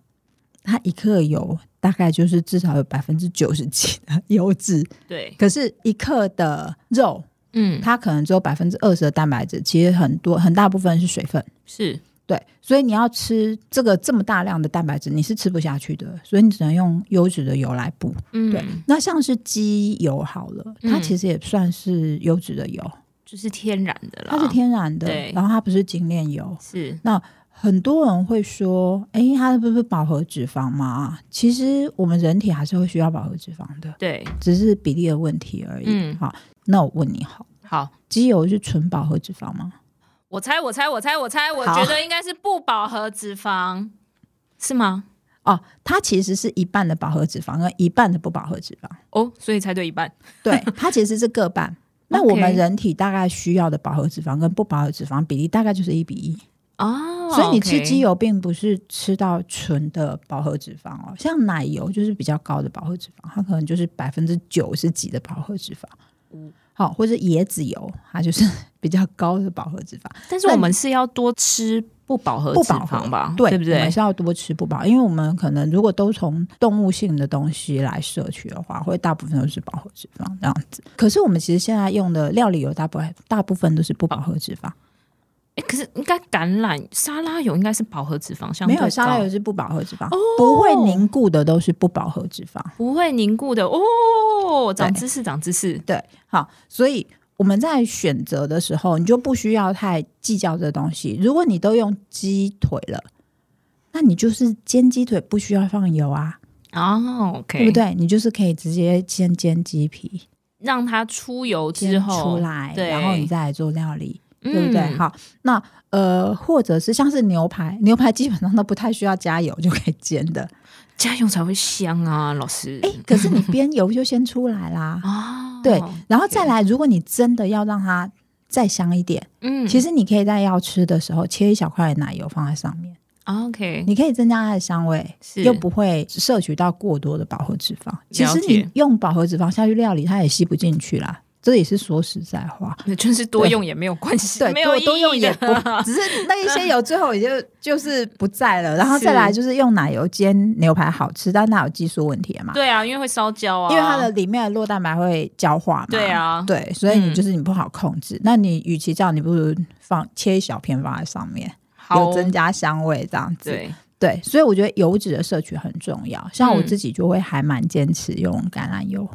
[SPEAKER 1] 它一克油大概就是至少有百分之九十几的油脂，
[SPEAKER 2] 对，
[SPEAKER 1] 可是一克的肉，
[SPEAKER 2] 嗯，
[SPEAKER 1] 它可能只有百分之二十的蛋白质，其实很多很大部分是水分。
[SPEAKER 2] 是
[SPEAKER 1] 对，所以你要吃这个这么大量的蛋白质，你是吃不下去的，所以你只能用优质的油来补。
[SPEAKER 2] 嗯，
[SPEAKER 1] 对，那像是鸡油好了，它
[SPEAKER 2] 嗯
[SPEAKER 1] 其实也算是优质的油，
[SPEAKER 2] 就是天然的啦，
[SPEAKER 1] 它是天然的
[SPEAKER 2] 对，
[SPEAKER 1] 然后它不是精炼油。
[SPEAKER 2] 是
[SPEAKER 1] 很多人会说，诶，它不是饱和脂肪吗？其实我们人体还是会需要饱和脂肪的，
[SPEAKER 2] 对，
[SPEAKER 1] 只是比例的问题而已。
[SPEAKER 2] 嗯
[SPEAKER 1] 好，那我问你好，
[SPEAKER 2] 好。
[SPEAKER 1] 鸡油是纯饱和脂肪吗？
[SPEAKER 2] 我猜，我猜，我猜，我猜，我
[SPEAKER 1] 好
[SPEAKER 2] 觉得应该是不饱和脂肪，是吗？
[SPEAKER 1] 哦，它其实是一半的饱和脂肪跟一半的不饱和脂肪，
[SPEAKER 2] 哦，所以猜对一半。
[SPEAKER 1] 对，它其实是各半。那
[SPEAKER 2] OK
[SPEAKER 1] 我们人体大概需要的饱和脂肪跟不饱和脂肪比例大概就是一比一。
[SPEAKER 2] 哦，
[SPEAKER 1] 所以你吃
[SPEAKER 2] OK
[SPEAKER 1] 鸡油并不是吃到纯的饱和脂肪哦，像奶油就是比较高的饱和脂肪，它可能就是百分之九十几的饱和脂肪。
[SPEAKER 2] 嗯
[SPEAKER 1] 好、或者椰子油，它就是 比较高的饱和脂肪，
[SPEAKER 2] 但是我们是要多吃不饱和
[SPEAKER 1] 不
[SPEAKER 2] 脂
[SPEAKER 1] 饱和
[SPEAKER 2] 肪吧？
[SPEAKER 1] 对
[SPEAKER 2] 不
[SPEAKER 1] 我们
[SPEAKER 2] 对？
[SPEAKER 1] 是要多吃不饱，因为我们可能如果都从动物性的东西来摄取的话，会大部分都是饱和脂肪这样子。可是我们其实现在用的料理油大部分大部分都是不饱和脂肪，
[SPEAKER 2] 哎，可是应该橄榄沙拉油应该是饱和脂肪相
[SPEAKER 1] 没
[SPEAKER 2] 对
[SPEAKER 1] 有沙拉
[SPEAKER 2] 高哦
[SPEAKER 1] 油是不饱和脂肪，不会凝固的都是不饱和脂肪。
[SPEAKER 2] 不会凝固的哦。长
[SPEAKER 1] 对
[SPEAKER 2] 知识，长知识。
[SPEAKER 1] 对，好，所以我们在选择的时候，你就不需要太计较这东西。如果你都用鸡腿了，那你就是煎鸡腿不需要放油啊，
[SPEAKER 2] 哦，OK，
[SPEAKER 1] 对不对？你就是可以直接先煎鸡皮，
[SPEAKER 2] 让它出油之
[SPEAKER 1] 煎
[SPEAKER 2] 后嗯
[SPEAKER 1] 出来，
[SPEAKER 2] 对
[SPEAKER 1] 然后你再来做料理。
[SPEAKER 2] 对
[SPEAKER 1] 对不对？，好，那呃，或者是像是牛排，牛排基本上都不太需要加油就可以煎 的。
[SPEAKER 2] 加油才会香啊，老师。，
[SPEAKER 1] 哎，可是你煸油就先出来啦
[SPEAKER 2] 哦，
[SPEAKER 1] 对，然后再来，如果你真的要让它再香一点，
[SPEAKER 2] 嗯，
[SPEAKER 1] 其
[SPEAKER 2] 实
[SPEAKER 1] 实你可以在要吃的时候切一小块的奶油放在上面，
[SPEAKER 2] OK，
[SPEAKER 1] 你可以增加它的香味，
[SPEAKER 2] 嗯是
[SPEAKER 1] 又不会摄取到过多的饱和脂肪。其实
[SPEAKER 2] 了解
[SPEAKER 1] 你用饱和脂肪下去料理，它也吸不进去啦。这也是说实在话，
[SPEAKER 2] 那就是多用也没有关系，
[SPEAKER 1] 对，
[SPEAKER 2] 没有
[SPEAKER 1] 多多用
[SPEAKER 2] 意义
[SPEAKER 1] 也
[SPEAKER 2] 的
[SPEAKER 1] 不，只是那一些油最后也就就是不在 了。然后再来就是用奶油煎牛排好吃，但它有技术问题嘛，
[SPEAKER 2] 对啊，因为会烧焦啊，
[SPEAKER 1] 因为它的里面的酪蛋白会焦化嘛，
[SPEAKER 2] 对啊
[SPEAKER 1] 对，所以你
[SPEAKER 2] 嗯
[SPEAKER 1] 就是你不好控制。那你与其这样，你不如放切一小片放在上面，有
[SPEAKER 2] 好
[SPEAKER 1] 增加香味这样子。
[SPEAKER 2] 对，
[SPEAKER 1] 对，所以我觉得油脂的摄取很重要。像我
[SPEAKER 2] 嗯
[SPEAKER 1] 自己就会还蛮坚持用橄榄油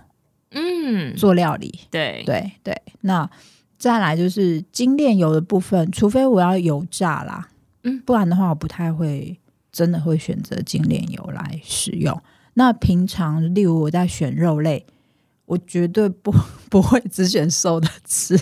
[SPEAKER 2] 嗯，
[SPEAKER 1] 做料理，
[SPEAKER 2] 对，
[SPEAKER 1] 对对，那再来就是精炼油的部分，除非我要油炸啦，
[SPEAKER 2] 嗯
[SPEAKER 1] 不然的话我不太会真的会选择精炼油来使用。那平常例如我在选肉类，我绝对不 不会只选瘦的吃，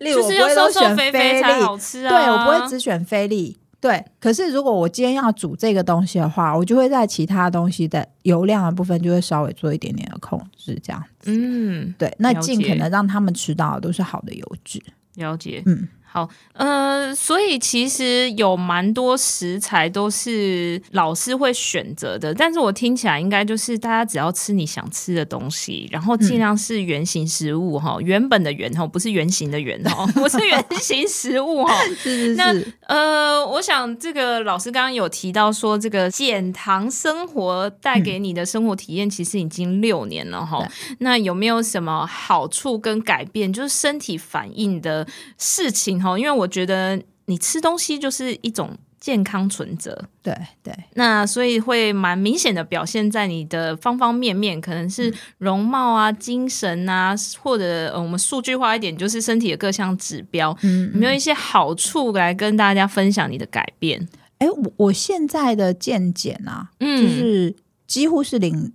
[SPEAKER 1] 例如
[SPEAKER 2] 就
[SPEAKER 1] 我
[SPEAKER 2] 是
[SPEAKER 1] 不
[SPEAKER 2] 要
[SPEAKER 1] 会
[SPEAKER 2] 瘦
[SPEAKER 1] 都
[SPEAKER 2] 瘦
[SPEAKER 1] 选
[SPEAKER 2] 肥
[SPEAKER 1] 菲
[SPEAKER 2] 肥才
[SPEAKER 1] 力，
[SPEAKER 2] 好吃啊，
[SPEAKER 1] 对我不会只选菲力。对，可是如果我今天要煮这个东西的话，我就会在其他东西的油量的部分就会稍微做一点点的控制，这样子。
[SPEAKER 2] 嗯，
[SPEAKER 1] 对，那
[SPEAKER 2] 了
[SPEAKER 1] 尽可
[SPEAKER 2] 解
[SPEAKER 1] 能让他们吃到的都是好的油脂。
[SPEAKER 2] 了解，
[SPEAKER 1] 嗯，
[SPEAKER 2] 好，呃，所以其实有蛮多食材都是老师会选择的，但是我听起来应该就是大家只要吃你想吃的东西，然后
[SPEAKER 1] 嗯
[SPEAKER 2] 尽量是圆形食物哈、原本的圆哈，不是圆形的圆哈， 不是圆形食物哈。
[SPEAKER 1] 是是
[SPEAKER 2] 那
[SPEAKER 1] 是，
[SPEAKER 2] 呃，我想这个老师刚刚有提到说，这个减糖生活带给你的生活体验，其实已经六年了哈。那有没有什么好处跟改变，就是身体反应的事情哈？因为我觉得你吃东西就是一种健康存折。
[SPEAKER 1] 对对
[SPEAKER 2] 那所以会蛮明显的表现在你的方方面面，可能
[SPEAKER 1] 嗯
[SPEAKER 2] 是容貌啊、精神啊，或者、呃我们数据化一点，就是身体的各项指标。
[SPEAKER 1] 嗯
[SPEAKER 2] 有没有一些好处来跟大家分享你的改变？
[SPEAKER 1] 哎、我我现在的健检啊，就
[SPEAKER 2] 嗯，
[SPEAKER 1] 是几乎是零，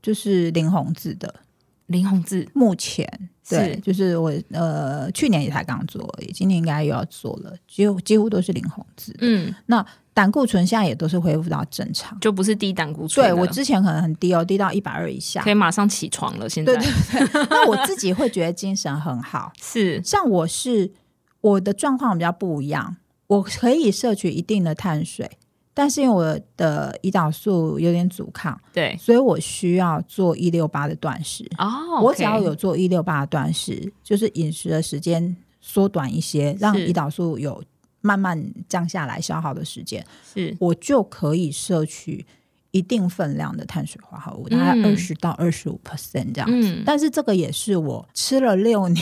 [SPEAKER 1] 就是零红字的。
[SPEAKER 2] 林宏志，
[SPEAKER 1] 目前对
[SPEAKER 2] 是，
[SPEAKER 1] 就是我呃去年也才刚做而已，今年应该又要做了，几乎几乎都是零红字。
[SPEAKER 2] 嗯，
[SPEAKER 1] 胆固醇现在也都是恢复到正常。
[SPEAKER 2] 就不是低胆固醇
[SPEAKER 1] 对
[SPEAKER 2] 了，
[SPEAKER 1] 我之前可能很低哦，低到一百二以下
[SPEAKER 2] 可。以马上起床了。现在
[SPEAKER 1] 对对对，那我自己会觉得精神很好。
[SPEAKER 2] 是
[SPEAKER 1] 像我是我的状况比较不一样，我可以摄取一定的碳水，但是因为我的胰岛素有点阻抗，
[SPEAKER 2] 对
[SPEAKER 1] 所以我需要做一六八的断食。
[SPEAKER 2] 哦，
[SPEAKER 1] 我只要
[SPEAKER 2] OK
[SPEAKER 1] 有做一六八的断食，就是饮食的时间缩短一些，让
[SPEAKER 2] 是
[SPEAKER 1] 胰岛素有慢慢降下来消耗的时间，
[SPEAKER 2] 是
[SPEAKER 1] 我就可以摄取一定分量的碳水化合物，大概
[SPEAKER 2] 嗯
[SPEAKER 1] 二十到二十五 percent 这样。
[SPEAKER 2] 嗯
[SPEAKER 1] 但是这个也是我吃了六年。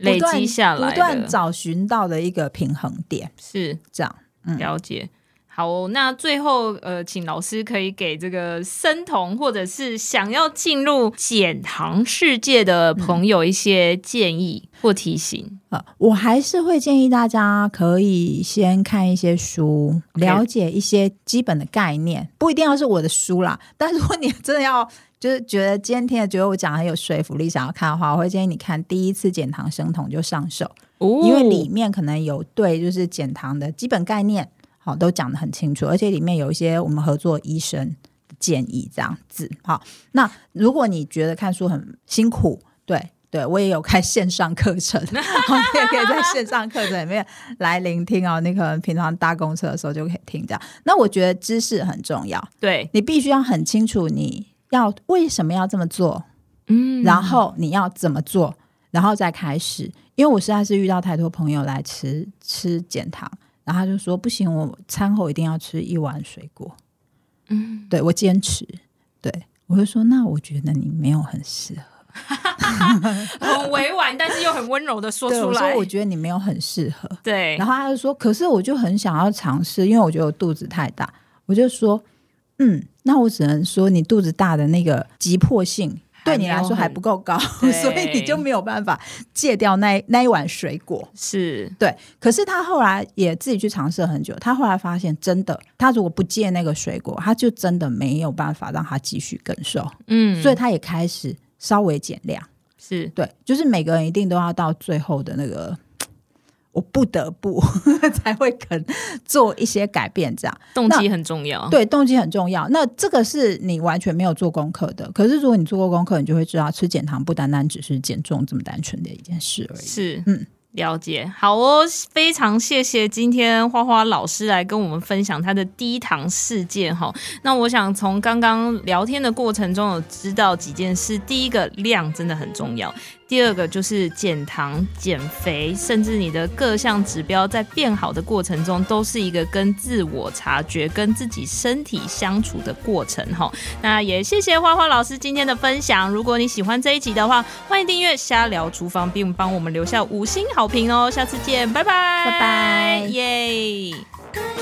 [SPEAKER 2] 累
[SPEAKER 1] 不断
[SPEAKER 2] 积下来
[SPEAKER 1] 不断
[SPEAKER 2] 的，
[SPEAKER 1] 找寻到的一个平衡点，
[SPEAKER 2] 是
[SPEAKER 1] 这样。嗯
[SPEAKER 2] 了解。好哦、那最后呃，请老师可以给这个生酮或者是想要进入减糖世界的朋友一些建议或提醒。
[SPEAKER 1] 呃，我还是会建议大家可以先看一些书，
[SPEAKER 2] OK
[SPEAKER 1] 了解一些基本的概念，不一定要是我的书啦。但如果你真的要就是觉得今天听了觉得我讲得很有说服力，想要看的话，我会建议你看《第一次减糖生酮就上手》，
[SPEAKER 2] 哦
[SPEAKER 1] 因为里面可能有对就是减糖的基本概念，好都讲得很清楚，而且里面有一些我们合作医生的建议这样子。好，那如果你觉得看书很辛苦，对。对，我也有开线上课程，好，你也可以在线上课程里面来聆听哦。你可能平常搭公车的时候就可以听这样。那我觉得知识很重要，
[SPEAKER 2] 对，
[SPEAKER 1] 你必须要很清楚你要为什么要这么做，
[SPEAKER 2] 嗯
[SPEAKER 1] 然后你要怎么做，然后再开始。因为我实在是遇到太多朋友来吃吃减糖，然后他就说不行，我餐后一定要吃一碗水果，
[SPEAKER 2] 嗯，
[SPEAKER 1] 对我坚持。对我就说，那我觉得你没有很适合。
[SPEAKER 2] 很委婉，但是又很温柔的说
[SPEAKER 1] 对，
[SPEAKER 2] 出
[SPEAKER 1] 我说
[SPEAKER 2] 来
[SPEAKER 1] 我。觉得你没有很适合。
[SPEAKER 2] 对
[SPEAKER 1] 然，后他就说，可是我就很想要尝试，因为我觉得我肚子太大。我就说，嗯，那我只能说你肚子大的那个急迫性对你来说还不够高，
[SPEAKER 2] 对
[SPEAKER 1] 所以你就没有办法戒掉那那一碗水果。
[SPEAKER 2] 是
[SPEAKER 1] 对，可是他后来也自己去尝试了很久，他后来发现，真的，他如果不戒那个水果，他就真的没有办法让他继续更瘦，
[SPEAKER 2] 嗯，
[SPEAKER 1] 所以他也开始稍微减量。
[SPEAKER 2] 是
[SPEAKER 1] 对，就是每个人一定都要到最后的那个，我不得不 才会肯做一些改变，这样
[SPEAKER 2] 动机很重要，
[SPEAKER 1] 对动机很重要。那这个是你完全没有做功课的，可是如果你做过功课，你就会知道吃减糖不单单只是减重这么单纯的一件事而已。
[SPEAKER 2] 是，
[SPEAKER 1] 嗯
[SPEAKER 2] 嗯，了解。好哦，非常谢谢今天花花老师来跟我们分享他的低糖事件哈。那我想从刚刚聊天的过程中有知道几件事，第一个量真的很重要。第二个就是减糖、减肥，甚至你的各项指标在变好的过程中，都是一个跟自我察觉、跟自己身体相处的过程哈。那也谢谢花花老师今天的分享。如果你喜欢这一集的话，欢迎订阅《瞎聊厨房》，并帮我们留下五星好评哦。下次见，拜拜，
[SPEAKER 1] 拜拜
[SPEAKER 2] 耶。
[SPEAKER 3] 「あなたの